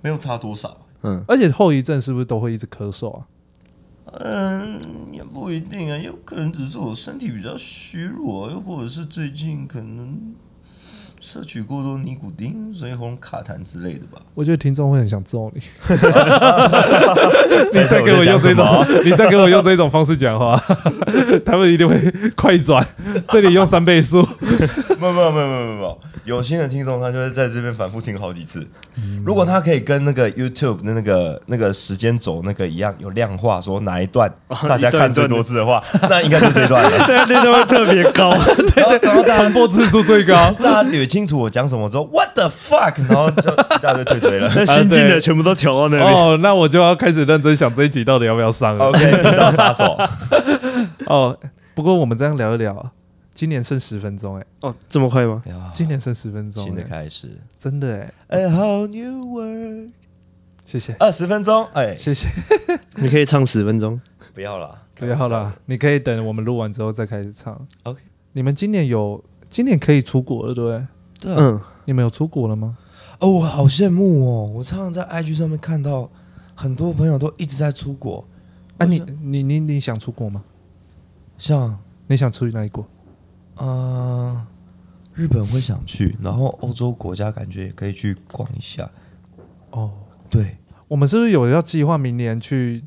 [SPEAKER 2] 没有差多少。啊
[SPEAKER 3] 嗯，
[SPEAKER 1] 而且后遗症是不是都会一直咳嗽啊？
[SPEAKER 2] 嗯，也不一定啊，有可能只是我身体比较虚弱，又或者是最近可能摄取过多尼古丁，所以喉咙卡痰之类的吧。
[SPEAKER 1] 我觉得听众会很想揍 你，你
[SPEAKER 2] 你
[SPEAKER 1] 再给我用这种， 你再给我用这种方式讲话， 他们一定会快 转。这里用三倍速，
[SPEAKER 2] 没有没有没有没有没有，有心的听众他就会在这边反复听好几次。如果他可以跟那个 YouTube 的那个那个时间轴那个一样，有量化说哪一段大家
[SPEAKER 3] 一段
[SPEAKER 2] 看
[SPEAKER 3] 一段
[SPEAKER 2] 最
[SPEAKER 3] 的
[SPEAKER 2] 多次的话，那应该就是这一 段了。
[SPEAKER 3] 对，那都会特别高。
[SPEAKER 2] 然后然后大
[SPEAKER 1] 传
[SPEAKER 2] 家
[SPEAKER 1] 播次数最高。
[SPEAKER 2] 大家捋清楚我讲什么之后，What the fuck，然后就一大堆退追了。
[SPEAKER 3] 那新进的全部都调到那里。
[SPEAKER 1] 哦，那我就要开始认真想这一集到底要不要上了。
[SPEAKER 2] OK，频道杀手，
[SPEAKER 1] 哦，不过我们这样聊一聊，今年剩十分钟哎、
[SPEAKER 3] 哦，这么快吗？
[SPEAKER 1] 今年剩十分钟、
[SPEAKER 2] 啊新的
[SPEAKER 1] 哎
[SPEAKER 2] 开始
[SPEAKER 1] 真的哎、
[SPEAKER 2] ，A whole new world，
[SPEAKER 1] 谢谢
[SPEAKER 2] 二十分钟，哎，
[SPEAKER 1] 谢 谢，
[SPEAKER 3] 你可以唱十分钟。
[SPEAKER 2] 不要啦，
[SPEAKER 1] 不要啦，你可以等我们录完之后再开始唱。
[SPEAKER 2] ，OK，
[SPEAKER 1] 你们今年有今年可以出国了对不对？
[SPEAKER 2] 对啊，
[SPEAKER 3] 嗯，
[SPEAKER 1] 你们有出国了吗？
[SPEAKER 2] 哦，我好羡慕哦！我常常在 IG 上面看到很多朋友都一直在出国，
[SPEAKER 1] 啊，
[SPEAKER 2] 我
[SPEAKER 1] 你
[SPEAKER 2] 想
[SPEAKER 1] 你你你想出国吗？
[SPEAKER 2] 像
[SPEAKER 1] 你想出去哪里国？
[SPEAKER 2] 呃日本会想去，然后欧洲国家感觉也可以去逛一下。
[SPEAKER 1] 哦，
[SPEAKER 2] 对，
[SPEAKER 1] 我们是不是有要计划明年去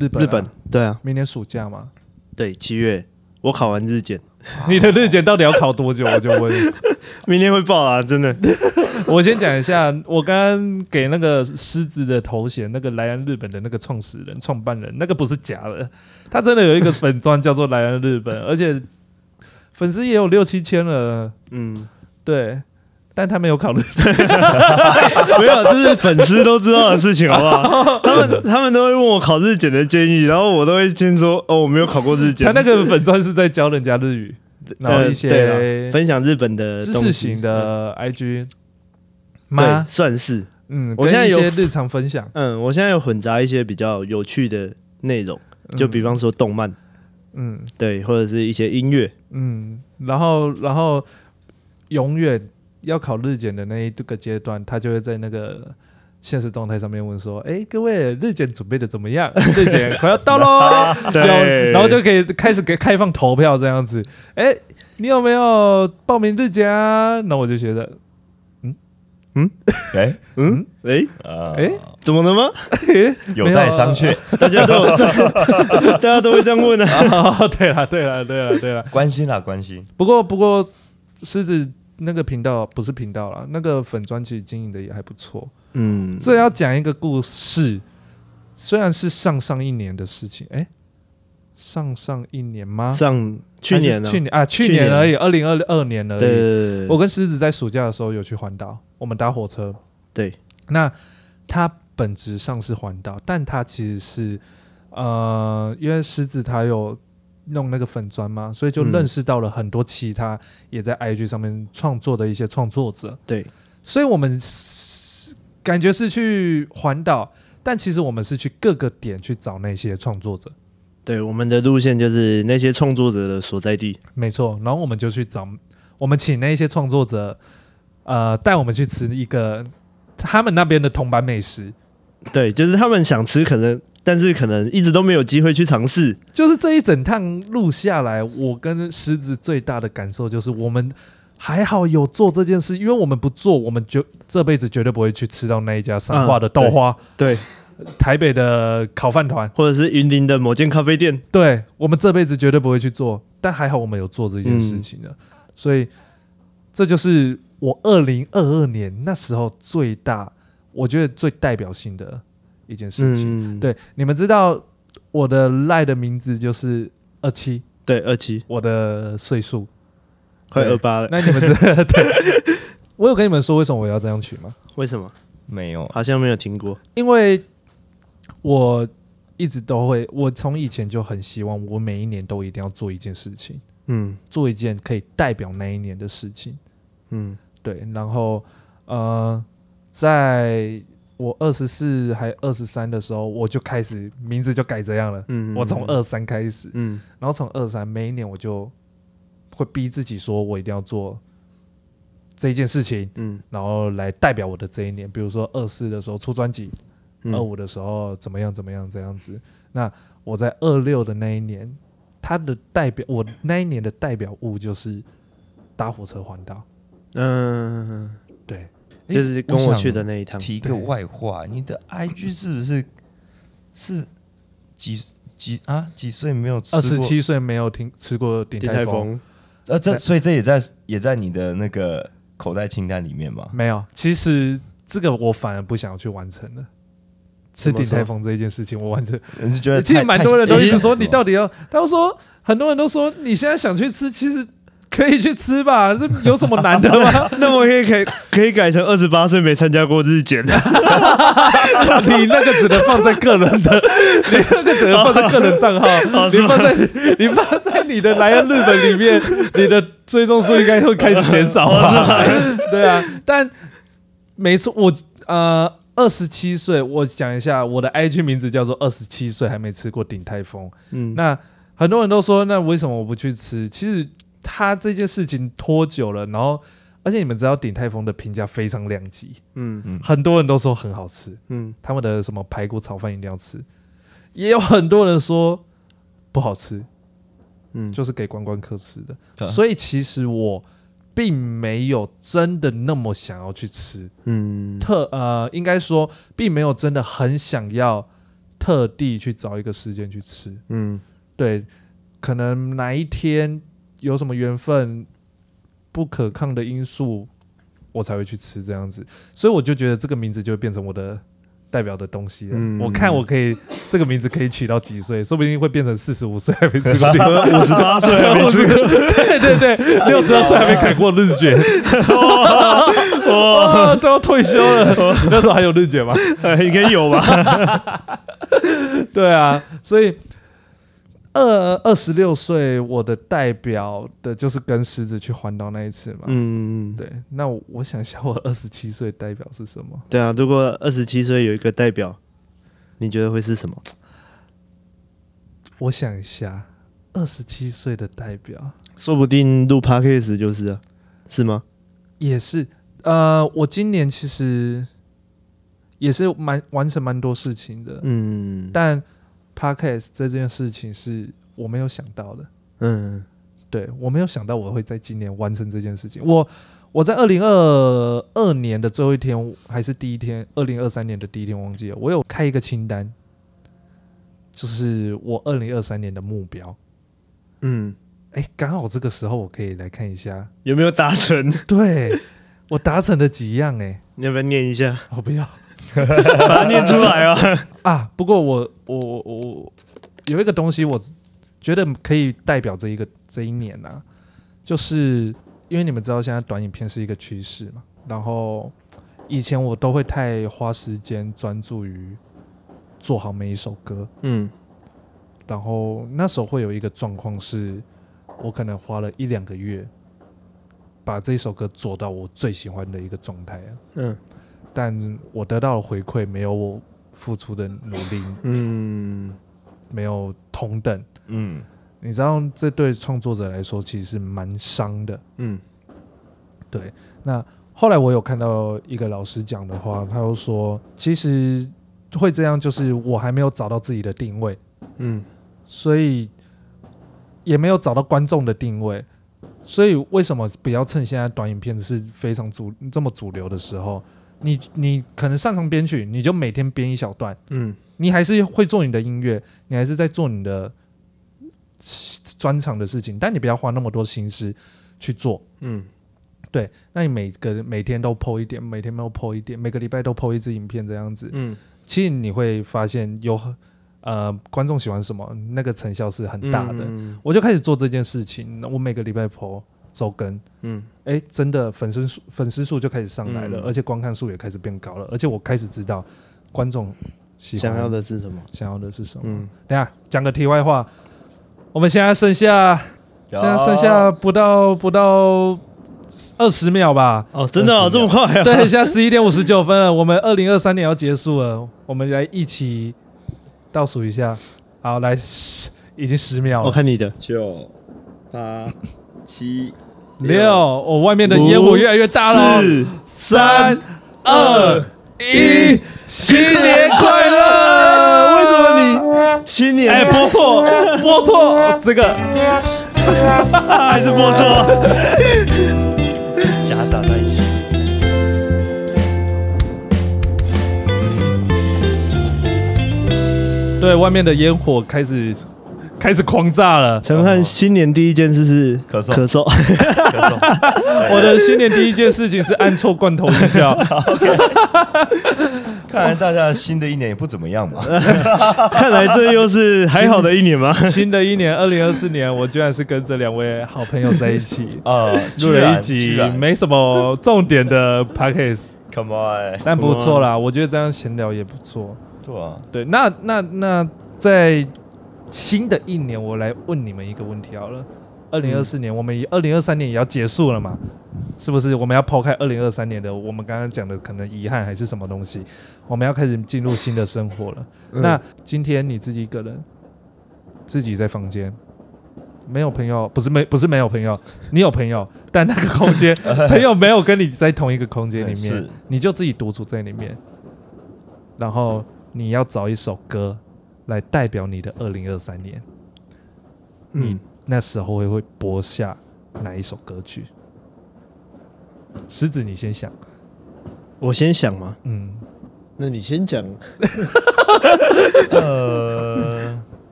[SPEAKER 1] 日本、
[SPEAKER 3] 日本，，对啊，
[SPEAKER 1] 明年暑假嘛？
[SPEAKER 3] 对，七月我考完日检，
[SPEAKER 1] 你的日检到底要考多久？我就问。
[SPEAKER 3] 明天会报啊，真的。
[SPEAKER 1] 我先讲一下，我刚刚给那个狮子的头衔，那个莱安日本的那个创始人、创办人，那个不是假的，他真的有一个粉砖叫做莱安日 本，而且粉丝也有六七千了，
[SPEAKER 3] 嗯，
[SPEAKER 1] 对，但他没有考虑
[SPEAKER 3] 没有，这是粉丝都知道的事情，好不好？他们他们都会问我考日检的建议，然后我都会先说哦，我没有考过日检。
[SPEAKER 1] 他那个粉砖是在教人家日语，然后
[SPEAKER 3] 呃
[SPEAKER 1] 一
[SPEAKER 3] 对
[SPEAKER 1] 些
[SPEAKER 3] 啊分享日本的
[SPEAKER 1] 知
[SPEAKER 3] 东西
[SPEAKER 1] 识
[SPEAKER 3] 嗯
[SPEAKER 1] 型，的 IG
[SPEAKER 3] 对，
[SPEAKER 1] 吗？
[SPEAKER 3] 算是。
[SPEAKER 1] 嗯，
[SPEAKER 3] 我现在
[SPEAKER 1] 跟
[SPEAKER 3] 有
[SPEAKER 1] 一些日常分享，
[SPEAKER 3] 嗯，我现在有混杂一些比较有趣的内容，就比方说动漫，
[SPEAKER 1] 嗯
[SPEAKER 3] 对，或者是一些音乐。！”
[SPEAKER 1] 嗯，然后然后永远要考日检的那一个阶段，他就会在那个现实动态上面问说：“哎，各位日检准备的怎么样？日检快要到喽 然后然后就可以开始给开放投票这样子。哎，你有没有报名日检啊？那我就觉得，
[SPEAKER 2] 哎、
[SPEAKER 3] 嗯，诶，
[SPEAKER 2] 啊，
[SPEAKER 1] 哎，
[SPEAKER 3] 怎么了吗？
[SPEAKER 1] 诶
[SPEAKER 2] 有啊待商。榷。
[SPEAKER 3] 大家都有大家都会这样问啊。
[SPEAKER 1] 没有啊哦，对了，对了，对了，对了。
[SPEAKER 2] 关心啦，关心。
[SPEAKER 1] 不过不过，狮子那个频道不是频道啦，那个粉砖其实经营的也还不错。
[SPEAKER 3] 嗯，
[SPEAKER 1] 这要讲一个故事，虽然是上上一年的事情，哎，上上一年吗？
[SPEAKER 3] 上去年
[SPEAKER 1] 还
[SPEAKER 3] 呢
[SPEAKER 1] 是去？年啊，去
[SPEAKER 3] 去年
[SPEAKER 1] 年而已，二零二二年而
[SPEAKER 3] 对
[SPEAKER 1] 已。
[SPEAKER 3] 对对对
[SPEAKER 1] 我
[SPEAKER 3] 对
[SPEAKER 1] 跟狮子在暑假的时候有去环岛，我们搭火车。
[SPEAKER 3] 对，
[SPEAKER 1] 那它本质上是环岛，但它其实是呃，因为狮子它有弄那个粉砖嘛，所以就
[SPEAKER 3] 嗯
[SPEAKER 1] 认识到了很多其他也在 IG 上面创作的一些创作者。
[SPEAKER 3] 对，
[SPEAKER 1] 所以我们是感觉是去环岛，但其实我们是去各个点去找那些创作者，
[SPEAKER 3] 对，我们的路线就是那些创作者的所在地。
[SPEAKER 1] 没错。然后我们就去找，我们请那些创作者，呃，带我们去吃一个他们那边的铜板美食，
[SPEAKER 3] 对，就是他们想吃，可能但是可能一直都没有机会去尝试。
[SPEAKER 1] 就是这一整趟路下来，我跟狮子最大的感受就是，我们还好有做这啊件事，因为我们不做，我们就这辈子绝对不会去吃到那一家三化的豆花。
[SPEAKER 3] 对，
[SPEAKER 1] 台北的烤饭团，
[SPEAKER 3] 或者是云林的某间咖啡店，
[SPEAKER 1] 对我们这辈子绝对不会去做，但还好我们有做这件事情的，所以这就是我二零二二年那时候最大，我觉得最代表性的一件事情。
[SPEAKER 3] 嗯，
[SPEAKER 1] 对，你们知道我的赖的名字就是二七，
[SPEAKER 3] 对，二七
[SPEAKER 1] 我的岁数。
[SPEAKER 3] 快
[SPEAKER 1] 对
[SPEAKER 3] 二八了，
[SPEAKER 1] 那你们知道 对？我有跟你们说为什么我要这样取吗？
[SPEAKER 3] 为什么？
[SPEAKER 2] 没有，啊
[SPEAKER 3] 好像没有听过，
[SPEAKER 1] 因为我一直都会，我从以前就很希望我每一年都一定要做一件事情，
[SPEAKER 3] 嗯
[SPEAKER 1] 做一件可以代表那一年的事情。
[SPEAKER 3] 嗯，
[SPEAKER 1] 对，然后呃，在我二十四还二十三的时候，我就开始名字就改这样了。
[SPEAKER 3] 嗯
[SPEAKER 1] 我从，二三开始，
[SPEAKER 3] 嗯
[SPEAKER 1] 然后从二三每一年我就会逼自己说，我一定要做这一件事情，
[SPEAKER 3] 嗯
[SPEAKER 1] 然后来代表我的这一年。比如说二四的时候出专辑，
[SPEAKER 3] 嗯
[SPEAKER 1] 二五的时候怎么样怎么样这样子。那我在二六的那一年，它的代表我那一年的代表物就是搭火车环岛，
[SPEAKER 3] 嗯，
[SPEAKER 1] 对，
[SPEAKER 3] 就是跟我去的那一趟，
[SPEAKER 2] 提一个外话，你的 IG 是不是是几几啊几岁没有吃过
[SPEAKER 1] 二十？七岁没有听吃过鼎
[SPEAKER 3] 鼎
[SPEAKER 1] 泰
[SPEAKER 3] 泰
[SPEAKER 1] 丰，
[SPEAKER 3] 丰，
[SPEAKER 2] 呃，这所以这也在也在你的那个口袋清单里面嘛？
[SPEAKER 1] 没有。其实这个我反而不想要去完成了。吃
[SPEAKER 3] 怎么
[SPEAKER 1] 鼎泰
[SPEAKER 3] 说
[SPEAKER 1] 丰这一件事情，我完成
[SPEAKER 2] 你是觉得
[SPEAKER 1] 其实
[SPEAKER 2] 太
[SPEAKER 1] 蛮
[SPEAKER 2] 太
[SPEAKER 1] 多人都一直说
[SPEAKER 2] 太
[SPEAKER 1] 你到底要，他们说很多人都说你现在想去吃，其实可以去吃吧，这有什么难的 吗？
[SPEAKER 3] 那我可以改可以改成二十八岁没参加过日检，
[SPEAKER 1] 你那个只能放在个人 的，你那个只能放在个人账号，
[SPEAKER 3] 哦
[SPEAKER 1] 你
[SPEAKER 3] 是吗
[SPEAKER 1] 放在你放在你的来恩日本里面，你的追踪数应该会开始减少
[SPEAKER 3] 哦
[SPEAKER 1] 吧？ 对啊，但没错，我呃。二十七岁，我讲一下，我的 IG 名字叫做二十七岁还没吃过鼎泰丰，
[SPEAKER 3] 嗯，
[SPEAKER 1] 那很多人都说，那为什么我不去吃？其实他这件事情拖久了，然后而且你们知道鼎泰丰的评价非常两极，
[SPEAKER 3] 嗯
[SPEAKER 1] 很多人都说很好吃，
[SPEAKER 3] 嗯
[SPEAKER 1] 他们的什么排骨炒饭一定要吃，也有很多人说不好吃，
[SPEAKER 3] 嗯，
[SPEAKER 1] 就是给观光客吃的。
[SPEAKER 2] 啊
[SPEAKER 1] 所以其实我并没有真的那么想要去吃，
[SPEAKER 3] 嗯
[SPEAKER 1] 特呃，应该说并没有真的很想要特地去找一个时间去吃。
[SPEAKER 3] 嗯
[SPEAKER 1] 对，可能哪一天有什么缘分，不可抗的因素，我才会去吃这样子。所以我就觉得这个名字就会变成我的代表的东西了。
[SPEAKER 3] 嗯
[SPEAKER 1] 我看我可以这个名字可以取到几岁，说不定会变成四十五岁还没吃过
[SPEAKER 3] 五十八岁还没吃过，
[SPEAKER 1] 对对对，六十二岁还没砍过日 卷，哇，哦都要退休 了。那时候还有日卷吗？
[SPEAKER 3] 呃应该有吧？
[SPEAKER 1] 对啊，所以二二十六岁，我的代表的就是跟狮子去环岛那一次嘛。
[SPEAKER 3] 嗯，
[SPEAKER 1] 对，那我我想一下，我二十七岁代表是什么？
[SPEAKER 3] 对啊，如果二十七岁有一个代表，你觉得会是什么？
[SPEAKER 1] 我想一下，二十七岁的代表
[SPEAKER 3] 说不定录 podcast 就是啊，是吗？
[SPEAKER 1] 也是呃，我今年其实也是蛮完成蛮多事情的，
[SPEAKER 3] 嗯，
[SPEAKER 1] 但 podcast 这件事情是我没有想到的。
[SPEAKER 3] 嗯
[SPEAKER 1] 对我没有想到我会在今年完成这件事情。我我在二零二二年的最后一天还是第一天，二零二三年的第一天忘记了，我有开一个清单，就是我二零二三年的目标。
[SPEAKER 3] 嗯，
[SPEAKER 1] 哎，刚好这个时候我可以来看一下，
[SPEAKER 3] 有没有达成？
[SPEAKER 1] 对我达成了几样哎、
[SPEAKER 3] 你要不要念一下？
[SPEAKER 1] 我不要
[SPEAKER 3] 把它念出来啊！
[SPEAKER 1] 啊！不过我我我我有一个东西，我觉得可以代表这一个这一年啊，就是因为你们知道现在短影片是一个趋势嘛，然后以前我都会太花时间专注于做好每一首歌，
[SPEAKER 3] 嗯
[SPEAKER 1] 然后那时候会有一个状况是，我可能花了一两个月把这首歌做到我最喜欢的一个状态啊，
[SPEAKER 3] 嗯
[SPEAKER 1] 但我得到的回馈没有我付出的努力
[SPEAKER 3] 嗯
[SPEAKER 1] 没有同等，
[SPEAKER 2] 嗯，
[SPEAKER 1] 你知道这对创作者来说其实是蛮伤的。
[SPEAKER 3] 嗯
[SPEAKER 1] 对，那后来我有看到一个老师讲的话，他又说，其实会这样，就是我还没有找到自己的定位，
[SPEAKER 3] 嗯
[SPEAKER 1] 所以也没有找到观众的定位。所以为什么不要趁现在短影片是非常主这么主流的时候，你你可能擅长编曲，你就每天编一小段，
[SPEAKER 3] 嗯，
[SPEAKER 1] 你还是会做你的音乐，你还是在做你的专长的事情，但你不要花那么多心思去做。
[SPEAKER 3] 嗯，
[SPEAKER 1] 对，那你每个每天都 PO 一点，每天都 PO 一点，每个礼拜都 PO 一支影片这样子，
[SPEAKER 3] 嗯，
[SPEAKER 1] 其实你会发现有呃观众喜欢什么，那个成效是很大的。
[SPEAKER 3] 嗯
[SPEAKER 1] 我就开始做这件事情，我每个礼拜 PO 周更，
[SPEAKER 3] 嗯
[SPEAKER 1] 哎，真的粉丝数粉丝数就开始上来了，
[SPEAKER 3] 嗯
[SPEAKER 1] 而且观看数也开始变高了，而且我开始知道观众喜欢
[SPEAKER 3] 想要的是什么？
[SPEAKER 1] 想要的是什么。
[SPEAKER 3] 嗯，
[SPEAKER 1] 等一下讲个题外话，我们现在剩下现在剩下不到不到二十秒吧。
[SPEAKER 3] 哦，真的哦，
[SPEAKER 2] 这
[SPEAKER 3] 这
[SPEAKER 2] 是
[SPEAKER 3] 么快啊？
[SPEAKER 1] 对，现在十一点五十九分了，我们二零二三年要结束了，我们来一起倒数一下。好，来十，已经十秒
[SPEAKER 3] 我
[SPEAKER 1] 了。
[SPEAKER 3] 看你的，
[SPEAKER 2] 九八七
[SPEAKER 1] 六，我、外面的烟火越来越大了。
[SPEAKER 3] 四
[SPEAKER 1] 三
[SPEAKER 3] 三
[SPEAKER 1] 二一，新年快乐！
[SPEAKER 3] 为什么你新年
[SPEAKER 1] 哎， 播错，播错，这个
[SPEAKER 3] 还是 播错？
[SPEAKER 2] 夹杂在一起。
[SPEAKER 1] 对外面的烟火开始开始狂炸了。
[SPEAKER 3] 陈汉新年第一件事是
[SPEAKER 2] 咳嗽
[SPEAKER 3] 咳嗽。
[SPEAKER 1] 我的新年第一件事情是按错罐头音 效，
[SPEAKER 2] 看来大家新的一年也不怎 么样嘛。，
[SPEAKER 3] 看来这又是还好的一年吗？
[SPEAKER 1] 新的一年，二零二四年，我居然是跟这两位好朋友在一起
[SPEAKER 2] 啊，
[SPEAKER 1] 录
[SPEAKER 2] 居
[SPEAKER 1] 了一
[SPEAKER 2] 然
[SPEAKER 1] 集
[SPEAKER 2] 居然
[SPEAKER 1] 没什么重点的 podcast，
[SPEAKER 2] ，Come on，
[SPEAKER 1] 但不错
[SPEAKER 2] 嗯
[SPEAKER 1] 啦，我觉得这样闲聊也不错。
[SPEAKER 2] 对啊，
[SPEAKER 1] 对，那那那在新的一年，我来问你们一个问题好了。二零二四年，我们二零二三年也要结束了嘛？是不是？我们要抛开二零二三年的我们刚刚讲的可能遗憾还是什么东西，我们要开始进入新的生活了。
[SPEAKER 3] 嗯
[SPEAKER 1] 那今天你自己一个人，自己在房间，没有朋友，不是没不是没有朋友，你有朋友， 但那个空 间朋友没有跟你在同一个空间里面
[SPEAKER 2] 是，
[SPEAKER 1] 你就自己独处在里面，然后你要找一首歌来代表你的二零二三年，
[SPEAKER 3] 嗯，
[SPEAKER 1] 那时候会会播下哪一首歌曲？狮子，你先想，
[SPEAKER 3] 我先想嘛，
[SPEAKER 1] 嗯，
[SPEAKER 3] 那你先讲。
[SPEAKER 2] 呃，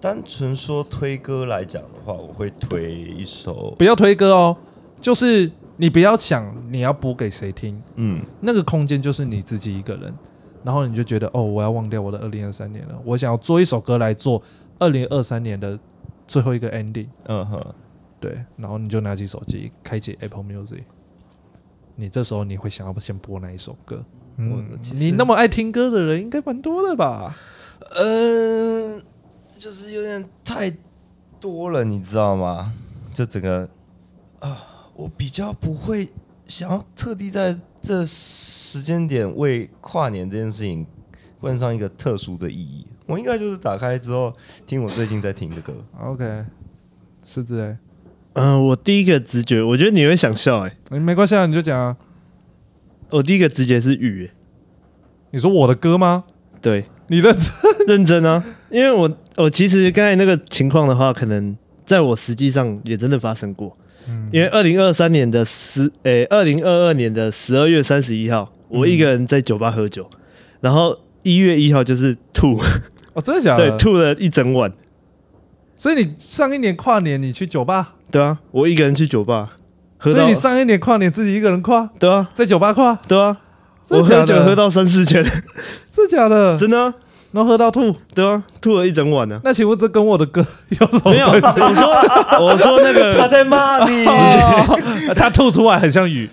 [SPEAKER 2] 单纯说推歌来讲的话，我会推一首，
[SPEAKER 1] 不要推歌哦，就是你不要想你要播给谁听，
[SPEAKER 2] 嗯，
[SPEAKER 1] 那个空间就是你自己一个人，然后你就觉得哦，我要忘掉我的二零二三年了，我想要做一首歌来做二零二三年的最后一个 ending，
[SPEAKER 2] 嗯哼，
[SPEAKER 1] 对，然后你就拿起手机开启 Apple Music，你这时候你会想要先播哪一首歌？嗯
[SPEAKER 2] 我，其实
[SPEAKER 1] 你那么爱听歌的人应该蛮多的吧？
[SPEAKER 2] 嗯、就是有点太多了，你知道吗？就整个啊、我比较不会想要特地在这时间点为跨年这件事情冠上一个特殊的意义。我应该就是打开之后听我最近在听的歌，
[SPEAKER 1] OK，狮子哎、
[SPEAKER 3] 嗯，我第一个直觉，我觉得你会想笑哎、
[SPEAKER 1] 欸，没关系啊，你就讲啊。
[SPEAKER 3] 我第一个直觉是雨、欸，
[SPEAKER 1] 你说我的歌吗？
[SPEAKER 3] 对，
[SPEAKER 1] 你认真？
[SPEAKER 3] 认真啊，因为我我其实刚才那个情况的话，可能在我实际上也真的发生过，
[SPEAKER 1] 嗯
[SPEAKER 3] 因为二零二三年的十，诶、二零二二年的十二月三十一号，我一个人在酒吧喝酒，然后一月一号就是吐，
[SPEAKER 1] 哦，真的假
[SPEAKER 3] 对
[SPEAKER 1] 的？，
[SPEAKER 3] 吐了一整晚，
[SPEAKER 1] 所以你上一年跨年你去酒吧，
[SPEAKER 3] 对啊，我一个人去酒吧喝
[SPEAKER 1] 所以
[SPEAKER 3] 到
[SPEAKER 1] 你，上一年跨年自己一个人跨，
[SPEAKER 3] 对啊，
[SPEAKER 1] 在酒吧跨，
[SPEAKER 3] 对啊，
[SPEAKER 1] 真
[SPEAKER 3] 我
[SPEAKER 1] 的假
[SPEAKER 3] 喝
[SPEAKER 1] 的
[SPEAKER 3] 酒喝到三四 千，
[SPEAKER 1] 真假的，
[SPEAKER 3] 真的啊、
[SPEAKER 1] 然后喝到吐。
[SPEAKER 3] 对啊，吐了一整晚呢、
[SPEAKER 1] 那请问这跟我的歌 有什么
[SPEAKER 3] 没有，我
[SPEAKER 1] 关系？
[SPEAKER 3] 说我说 那个
[SPEAKER 2] 他在
[SPEAKER 3] 啊
[SPEAKER 2] 骂你。
[SPEAKER 1] 哦他吐出来很像雨，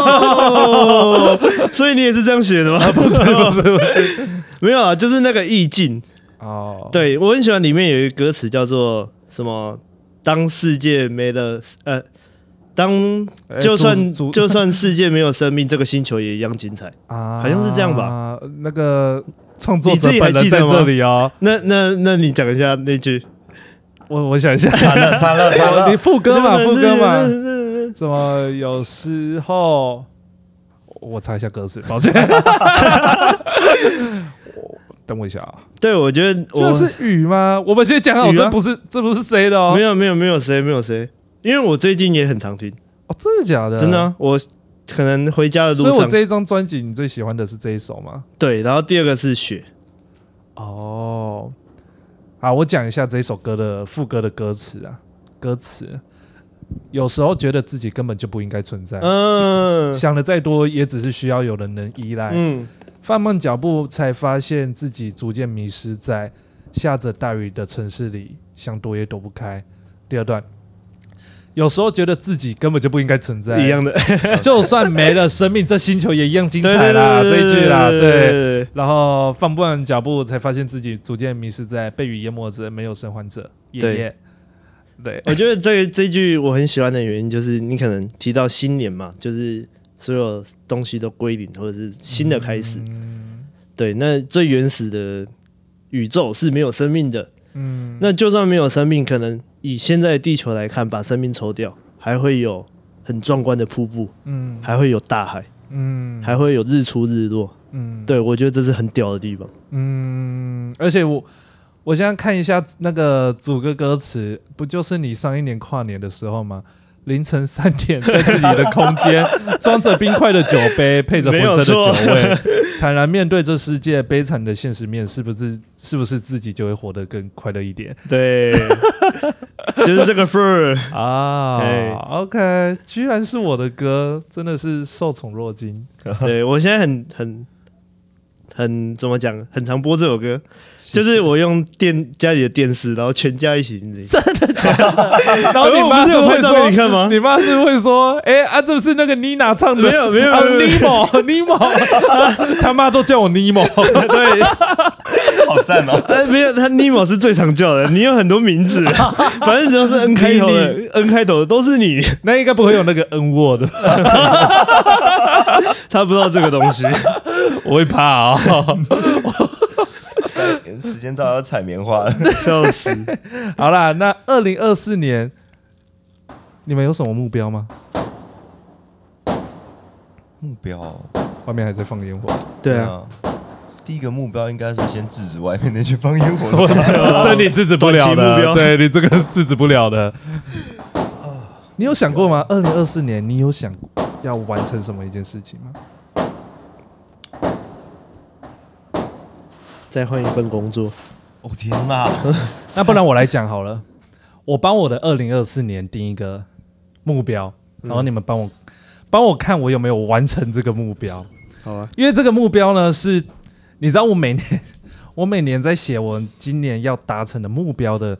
[SPEAKER 3] 哦，所以你也是这样写的吗？不是
[SPEAKER 1] 啊不是不是？
[SPEAKER 3] 没有啊，就是那个意境。
[SPEAKER 1] 哦，
[SPEAKER 3] 对我很喜欢里面有一个歌词叫做什么？当世界没了，呃，当
[SPEAKER 1] 哎
[SPEAKER 3] 就算
[SPEAKER 1] 主主
[SPEAKER 3] 就算世界没有生命，这个星球也一样精彩。
[SPEAKER 1] 啊
[SPEAKER 3] 好像是这样吧？
[SPEAKER 1] 那个创作
[SPEAKER 3] 你
[SPEAKER 1] 者
[SPEAKER 3] 自己还
[SPEAKER 1] 本人
[SPEAKER 3] 记
[SPEAKER 1] 在
[SPEAKER 3] 得吗
[SPEAKER 1] 这里哦，
[SPEAKER 3] 那那那你讲一下那句
[SPEAKER 1] 我我想一下，
[SPEAKER 2] 惨了惨了惨
[SPEAKER 1] 你
[SPEAKER 2] 了！
[SPEAKER 1] 副歌嘛，副歌嘛，
[SPEAKER 3] 嘛。
[SPEAKER 1] 什么有时候，我查一下歌词，抱歉。 我等我一下啊，
[SPEAKER 3] 对，我觉得我
[SPEAKER 1] 这是雨吗？我们先讲好，
[SPEAKER 3] 雨啊
[SPEAKER 1] 这不是这不是谁的哦
[SPEAKER 3] 没，有没有没有谁没有谁，因为我最近也很常听，
[SPEAKER 1] 哦，真的假的？
[SPEAKER 3] 真的啊、我可能回家的
[SPEAKER 1] 所以
[SPEAKER 3] 路
[SPEAKER 1] 我
[SPEAKER 3] 上，
[SPEAKER 1] 这一张专辑，你最喜欢的是这一首吗？
[SPEAKER 3] 对，然后第二个是雪，
[SPEAKER 1] 哦，啊，我讲一下这首歌的副歌的歌词啊，歌词。有时候觉得自己根本就不应该存在，
[SPEAKER 3] 嗯
[SPEAKER 1] 想的再多也只是需要有人能依赖。
[SPEAKER 3] 嗯，
[SPEAKER 1] 放慢脚步，才发现自己逐渐迷失在下着大雨的城市里，想躲也躲不开。第二段，有时候觉得自己根本就不应该存在，
[SPEAKER 3] 一样的，
[SPEAKER 1] 就算没了生命，这星球也一样精
[SPEAKER 3] 对
[SPEAKER 1] 彩啦，这一句啦，对。
[SPEAKER 3] 对，
[SPEAKER 1] 然后放慢脚步，才发现自己逐渐迷失在被雨淹没着没有生还者。爷爷，对，
[SPEAKER 3] 我觉得这这一句我很喜欢的原因就是，你可能提到新年嘛，就是所有东西都归零，或者是新的开始。
[SPEAKER 1] 嗯
[SPEAKER 3] 对，那最原始的宇宙是没有生命的。
[SPEAKER 1] 嗯，
[SPEAKER 3] 那就算没有生命，可能以现在的地球来看，把生命抽掉，还会有很壮观的瀑布，
[SPEAKER 1] 嗯
[SPEAKER 3] 还会有大海，
[SPEAKER 1] 嗯
[SPEAKER 3] 还会有日出日落。
[SPEAKER 1] 嗯，
[SPEAKER 3] 对，我觉得这是很屌的地方。
[SPEAKER 1] 嗯，而且我我现在看一下那个主歌歌词，不就是你上一年跨年的时候吗？凌晨三点，在自己的空间装着冰块的酒杯，配着浑身的酒味， 坦然面对这世界悲惨的现实面，是不是是不是自己就会活得更快乐一点
[SPEAKER 3] 对， 就是这个份儿。
[SPEAKER 1] 啊、
[SPEAKER 3] 哎
[SPEAKER 1] o k 居然是我的歌，真的是受宠若惊。
[SPEAKER 3] 对我现在很很很怎么讲，很常播这首歌，
[SPEAKER 1] 谢谢
[SPEAKER 3] 就是我用电家里的电视，然后全家一起听这个。
[SPEAKER 1] 然后你
[SPEAKER 3] 我
[SPEAKER 1] 妈
[SPEAKER 3] 不是
[SPEAKER 1] 哎是
[SPEAKER 3] 有
[SPEAKER 1] 会
[SPEAKER 3] 拍照
[SPEAKER 1] 说
[SPEAKER 3] 给你看吗？
[SPEAKER 1] 你妈是会说，哎、啊，这不是那个妮娜唱的？
[SPEAKER 3] 没有没有
[SPEAKER 1] 啊
[SPEAKER 3] 没有
[SPEAKER 1] 尼莫尼 莫， 他妈都叫我尼莫。
[SPEAKER 3] 对，
[SPEAKER 2] 好赞哦！
[SPEAKER 3] 哎，没有，他 Nemo 是最常叫的，你有很多名字，啊 反正只要是 N 开头的
[SPEAKER 1] 你
[SPEAKER 3] ，N 开头的都是你，
[SPEAKER 1] 那应该不会有那个 N word，
[SPEAKER 3] 他不知道这个 东西。
[SPEAKER 1] 我会怕哦。
[SPEAKER 2] 时间到要采棉花了，
[SPEAKER 3] 笑 死！
[SPEAKER 1] 好啦，那二零二四年，你们有什么目标吗？
[SPEAKER 2] 目标嗯
[SPEAKER 1] 外面还在放烟火，
[SPEAKER 3] 对啊，，
[SPEAKER 2] 第一个目标应该是先制止外面那群放烟火 的 吧。
[SPEAKER 1] 这你制止不了
[SPEAKER 3] 短期目
[SPEAKER 1] 的，
[SPEAKER 3] 标
[SPEAKER 1] 对你这个制止不了的。你有想过吗？二零二四年，你有想要完成什么一件事情吗？
[SPEAKER 3] 再换一份工作，
[SPEAKER 2] 哦天哪！
[SPEAKER 1] 那不然我来讲好了，我帮我的二零二四年定一个目标，
[SPEAKER 3] 嗯
[SPEAKER 1] 然后你们帮我帮我看我有没有完成这个目标，
[SPEAKER 3] 好啊，
[SPEAKER 1] 因为这个目标呢是，你知道我每年 我每年在写我今年要达成的目标的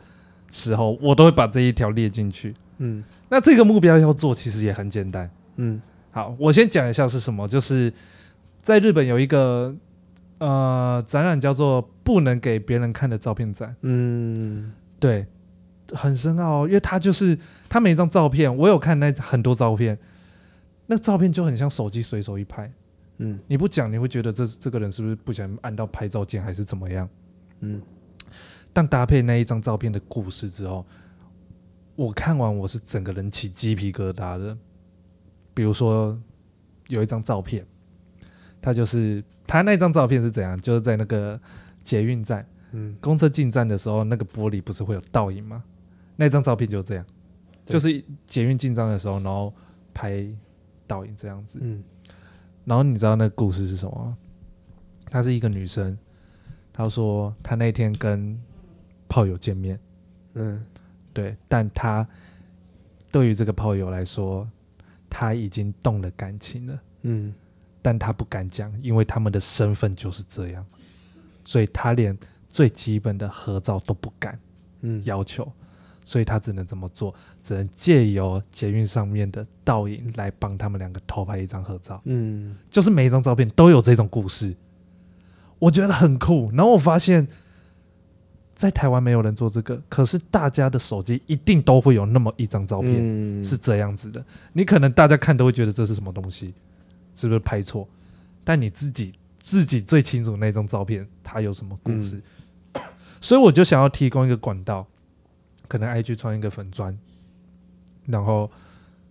[SPEAKER 1] 时候，我都会把这一条列进去。
[SPEAKER 3] 嗯
[SPEAKER 1] 那这个目标要做其实也很简单。
[SPEAKER 3] 嗯
[SPEAKER 1] 好，我先讲一下是什么，就是在日本有一个呃展览叫做“不能给别人看的照片展”。
[SPEAKER 3] 嗯，
[SPEAKER 1] 对，很深奥、哦，因为他就是他每一张照片，我有看那很多照片，那照片就很像手机随手一拍，
[SPEAKER 3] 嗯
[SPEAKER 1] 你不讲你会觉得这这个人是不是不小心按到拍照键还是怎么样？
[SPEAKER 3] 嗯，
[SPEAKER 1] 但搭配那一张照片的故事之后，我看完我是整个人起鸡皮疙瘩的。比如说有一张照片，他就是他那张照片是怎样？就是在那个捷运站，
[SPEAKER 3] 嗯，
[SPEAKER 1] 公车进站的时候，那个玻璃不是会有倒影吗？那张照片就这样，
[SPEAKER 3] 对
[SPEAKER 1] 就是捷运进站的时候，然后拍倒影这样子。
[SPEAKER 3] 嗯
[SPEAKER 1] 然后你知道那个故事是什么吗？她是一个女生，她说她那天跟炮友见面，
[SPEAKER 3] 嗯
[SPEAKER 1] 对，但她对于这个炮友来说，她已经动了感情了，
[SPEAKER 3] 嗯
[SPEAKER 1] 但她不敢讲，因为他们的身份就是这样，所以她连最基本的合照都不敢
[SPEAKER 3] 嗯，
[SPEAKER 1] 要求，所以她只能怎么做？只能借由捷运上面的倒影来帮他们两个偷拍一张合照。
[SPEAKER 3] 嗯
[SPEAKER 1] 就是每一张照片都有这种故事，我觉得很酷。然后我发现，在台湾没有人做这个，可是大家的手机一定都会有那么一张照片、
[SPEAKER 3] 嗯
[SPEAKER 1] 是这样子的。你可能大家看都会觉得这是什么东西，是不是拍错？但你自己自己最清楚那张照片它有什么故事。所以我就想要提供一个管道，可能 IG 创一个粉砖，然后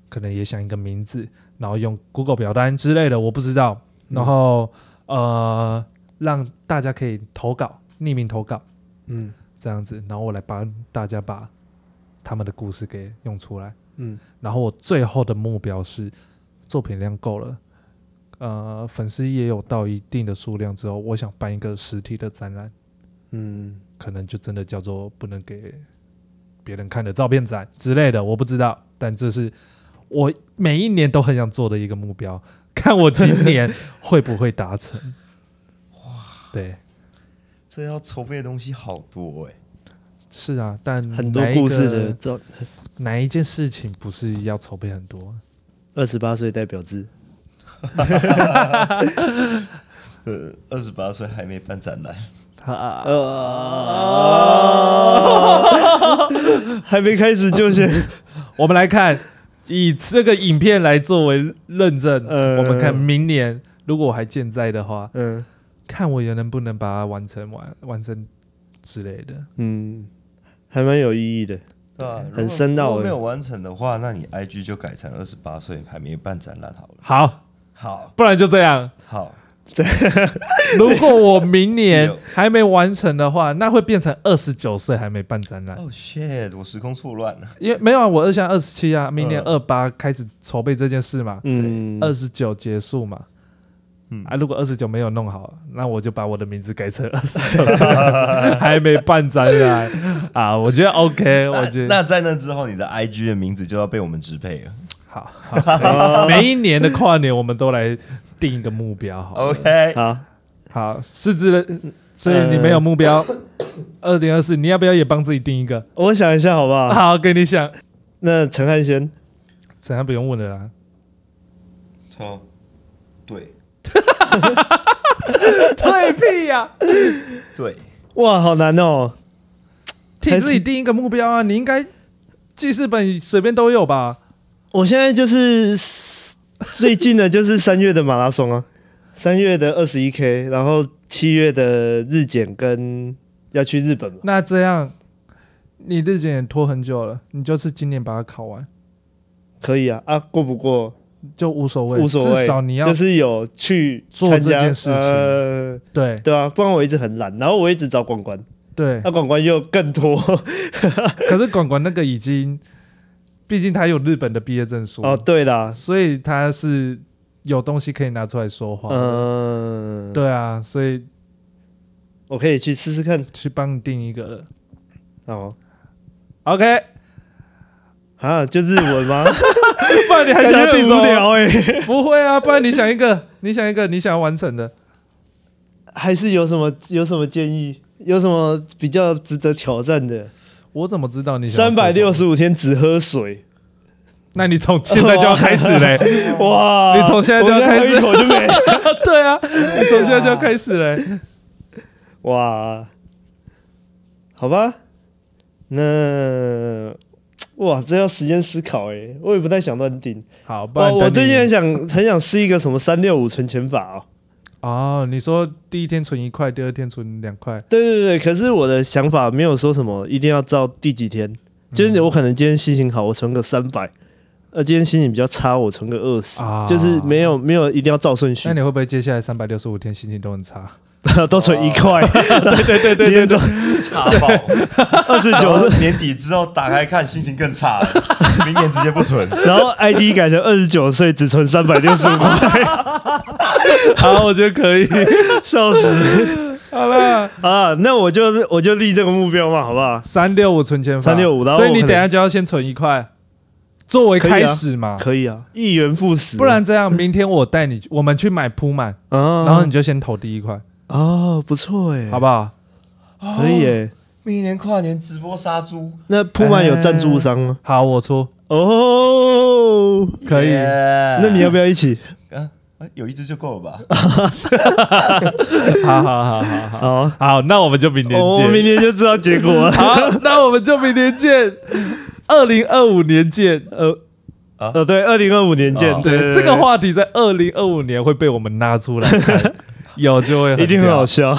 [SPEAKER 1] 可能也想一个名字，然后用 Google 表单之类的，我不知道。然后、呃，让大家可以投稿，匿名投稿
[SPEAKER 3] 嗯
[SPEAKER 1] 这样子，然后我来帮大家把他们的故事给用出来。
[SPEAKER 3] 嗯
[SPEAKER 1] 然后我最后的目标是作品量够了，呃，粉丝也有到一定的数量之后，我想办一个实体的展览，
[SPEAKER 3] 嗯，
[SPEAKER 1] 可能就真的叫做不能给别人看的照片展之类的，我不知道，但这是我每一年都很想做的一个目标，看我今年会不会达 成。哇，对，
[SPEAKER 2] 这要筹备的东西好多哎、
[SPEAKER 1] 是啊，但
[SPEAKER 3] 很多
[SPEAKER 1] 哪一
[SPEAKER 3] 故事
[SPEAKER 1] 个
[SPEAKER 3] 的照，
[SPEAKER 1] 哪一件事情不是要筹备很多？
[SPEAKER 3] 二十八岁代表制，
[SPEAKER 2] 呃， 二十八岁还没办展览，
[SPEAKER 1] 啊，
[SPEAKER 3] 呃 还没开始就 先，
[SPEAKER 1] 我们来看，以这个影片来作为论证，
[SPEAKER 3] 呃
[SPEAKER 1] 我们看明年如果我还健在的话，
[SPEAKER 3] 嗯
[SPEAKER 1] 看我也能不能把它完成完完成之类的。
[SPEAKER 3] 嗯，还蛮有意义的。
[SPEAKER 2] 对吧、如果
[SPEAKER 3] 很深奥欸
[SPEAKER 2] 如果没有完成的话，那你 IG 就改成二十八岁还没办展览好了。
[SPEAKER 1] 好，
[SPEAKER 2] 好，
[SPEAKER 1] 不然就这样。
[SPEAKER 2] 好，
[SPEAKER 1] 如果我明年
[SPEAKER 2] 有
[SPEAKER 1] 还没完成的话，那会变成二十九岁还没办展览，
[SPEAKER 2] 哦、shit，我时空错乱了。
[SPEAKER 1] 因为没有啊，我二现在二十七啊，明年二八开始筹备这件事嘛。
[SPEAKER 3] 嗯，
[SPEAKER 1] 二十九结束嘛。
[SPEAKER 2] 嗯
[SPEAKER 1] 啊，如果二十九没有弄好，那我就把我的名字改成二十九， 还没办展览啊，我觉得 OK，我觉得
[SPEAKER 2] 那在那之后，你的 IG 的名字就要被我们支配了。
[SPEAKER 1] 好好。每一年的跨年，我们都来定一个目标，好了，
[SPEAKER 2] OK，
[SPEAKER 3] 好，
[SPEAKER 1] 好，是指的，所以你没有目标，
[SPEAKER 2] 呃
[SPEAKER 1] 二零二四，你要不要也帮自己定一个？
[SPEAKER 3] 我想一下好不
[SPEAKER 2] 啊
[SPEAKER 3] 好？
[SPEAKER 1] 好，给你想，
[SPEAKER 3] 那陈汉轩，
[SPEAKER 1] 怎样不用问了 啦。
[SPEAKER 2] 哦，对
[SPEAKER 1] 退屁 呀、
[SPEAKER 2] 对，
[SPEAKER 3] 哇，好难哦。
[SPEAKER 1] 替自己定一个目标啊！你应该记事本随便都有吧？
[SPEAKER 3] 我现在就是最近的，就是三月的马拉松啊，三月的二十一 K，然后七月的日检跟要去日本嘛。
[SPEAKER 1] 那这样，你日检也拖很久了，你就是今年把它考完
[SPEAKER 3] 可以啊，啊过不过
[SPEAKER 1] 就无所谓，
[SPEAKER 3] 无所谓，
[SPEAKER 1] 至少你要、
[SPEAKER 3] 就是有去
[SPEAKER 1] 做
[SPEAKER 3] 参加
[SPEAKER 1] 这件事情
[SPEAKER 3] 呃，
[SPEAKER 1] 对
[SPEAKER 3] 对啊，不然我一直很懒，然后我一直找管管，
[SPEAKER 1] 对
[SPEAKER 3] 那、。管管又更 拖
[SPEAKER 1] 可是管管那个已经，毕竟他有日本的毕业证书，
[SPEAKER 3] 哦，对啦，
[SPEAKER 1] 所以他是有东西可以拿出来说话。
[SPEAKER 3] 嗯、
[SPEAKER 1] 对啊，所以
[SPEAKER 3] 我可以去试试看
[SPEAKER 1] 去帮你定一个了。
[SPEAKER 3] 哦。
[SPEAKER 1] OK，
[SPEAKER 3] 啊，就日文吗？
[SPEAKER 1] 不然你还想要定什
[SPEAKER 3] 感觉很无
[SPEAKER 1] 么？
[SPEAKER 3] 聊哎、
[SPEAKER 1] 不会啊，不然你想一个，你想一个，你想要完成的。
[SPEAKER 3] 还是有什么有什么建议？有什么比较值得挑战的？
[SPEAKER 1] 我怎么知道你想要
[SPEAKER 3] 三百
[SPEAKER 1] 做
[SPEAKER 3] 六
[SPEAKER 1] 什么？
[SPEAKER 3] 十五天只 喝水，
[SPEAKER 1] 那你从现在就要开始嘞、
[SPEAKER 3] 哇！
[SPEAKER 1] 你从现在就要开始
[SPEAKER 3] 我现在喝一口就 没了，
[SPEAKER 1] 对啊，从现在就要开始嘞、
[SPEAKER 3] 哇！好吧，那哇，这要时间思考哎、我也不太想乱定。
[SPEAKER 1] 好，不然
[SPEAKER 3] 哦我我
[SPEAKER 1] 等
[SPEAKER 3] 最
[SPEAKER 1] 你
[SPEAKER 3] 近很想很想试一个什么三六五存钱法哦。
[SPEAKER 1] 哦，你说第一天存一块，第二天存两块，
[SPEAKER 3] 对对对，可是我的想法没有说什么一定要照第几天，
[SPEAKER 1] 嗯
[SPEAKER 3] 就是我可能今天心情好，我存个三百。呃，今天心情比较差，我存个二十、
[SPEAKER 1] 啊
[SPEAKER 3] 就是没有没有一定要照顺序
[SPEAKER 1] 那，你会不会接下来三百六十五天心情都很差？
[SPEAKER 3] 都存一块。
[SPEAKER 1] 哦
[SPEAKER 3] 对对对对对，
[SPEAKER 2] 差 爆！
[SPEAKER 3] 二十
[SPEAKER 2] 然
[SPEAKER 3] 九
[SPEAKER 2] 后年底之后打开看，心情更差了。明年直接不存。
[SPEAKER 3] 然后 ID 改成二十九岁，只存三百六十五块，,
[SPEAKER 1] 好，我觉得可 以。
[SPEAKER 3] 笑死
[SPEAKER 1] 好了，
[SPEAKER 3] 啊！那我就是我就立这个目标嘛，好不好？
[SPEAKER 1] 三六五存钱法，
[SPEAKER 3] 365然后
[SPEAKER 1] 所以你
[SPEAKER 3] 我可能
[SPEAKER 1] 等一下就要先存一块，作为
[SPEAKER 3] 可以
[SPEAKER 1] 开
[SPEAKER 3] 啊
[SPEAKER 1] 始嘛。
[SPEAKER 3] 可以啊，嗯一元复 始，
[SPEAKER 1] 不然这样，明天我带你，我们去买铺满，
[SPEAKER 3] 啊，
[SPEAKER 1] 然后你就先投第一块，
[SPEAKER 3] 哦，不错哎，
[SPEAKER 1] 好不好？
[SPEAKER 3] 好，可以哎。
[SPEAKER 2] 明年跨年直播杀猪，
[SPEAKER 3] 那铺满有赞助商吗？
[SPEAKER 1] 好，我 出，
[SPEAKER 3] 哦，
[SPEAKER 1] 可以。
[SPEAKER 3] 那
[SPEAKER 2] 那
[SPEAKER 3] 你要不要一起？
[SPEAKER 2] 啊，有一只就够了吧？
[SPEAKER 1] 好好好好好，
[SPEAKER 3] 好，
[SPEAKER 1] 好，那我们就明年
[SPEAKER 3] 我
[SPEAKER 1] 见。
[SPEAKER 3] 哦明天就知道结果 了。
[SPEAKER 1] 好，那我们就明年 见，二零二五年见。
[SPEAKER 3] 呃，
[SPEAKER 2] 啊
[SPEAKER 3] 呃，对，二零二五年见。
[SPEAKER 2] 哦
[SPEAKER 3] 对，对
[SPEAKER 1] 对，这个话题在二零二五年会被我们拿出来 看，有就会
[SPEAKER 3] 对一定很
[SPEAKER 1] 屌
[SPEAKER 3] 好。笑。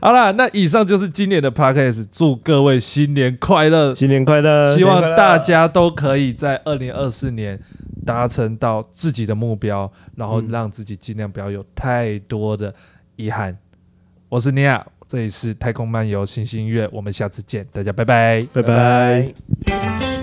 [SPEAKER 1] 好啦，那以上就是今年的 podcast，祝各位新年快乐！
[SPEAKER 3] 新年快乐！
[SPEAKER 1] 希望
[SPEAKER 2] 新年快乐
[SPEAKER 1] 大家都可以在二零二四年达成到自己的目标，然后让自己尽量不要有太多的遗憾。我是尼亚，这里是太空漫游星星月，我们下次见，大家拜拜。
[SPEAKER 3] 拜拜。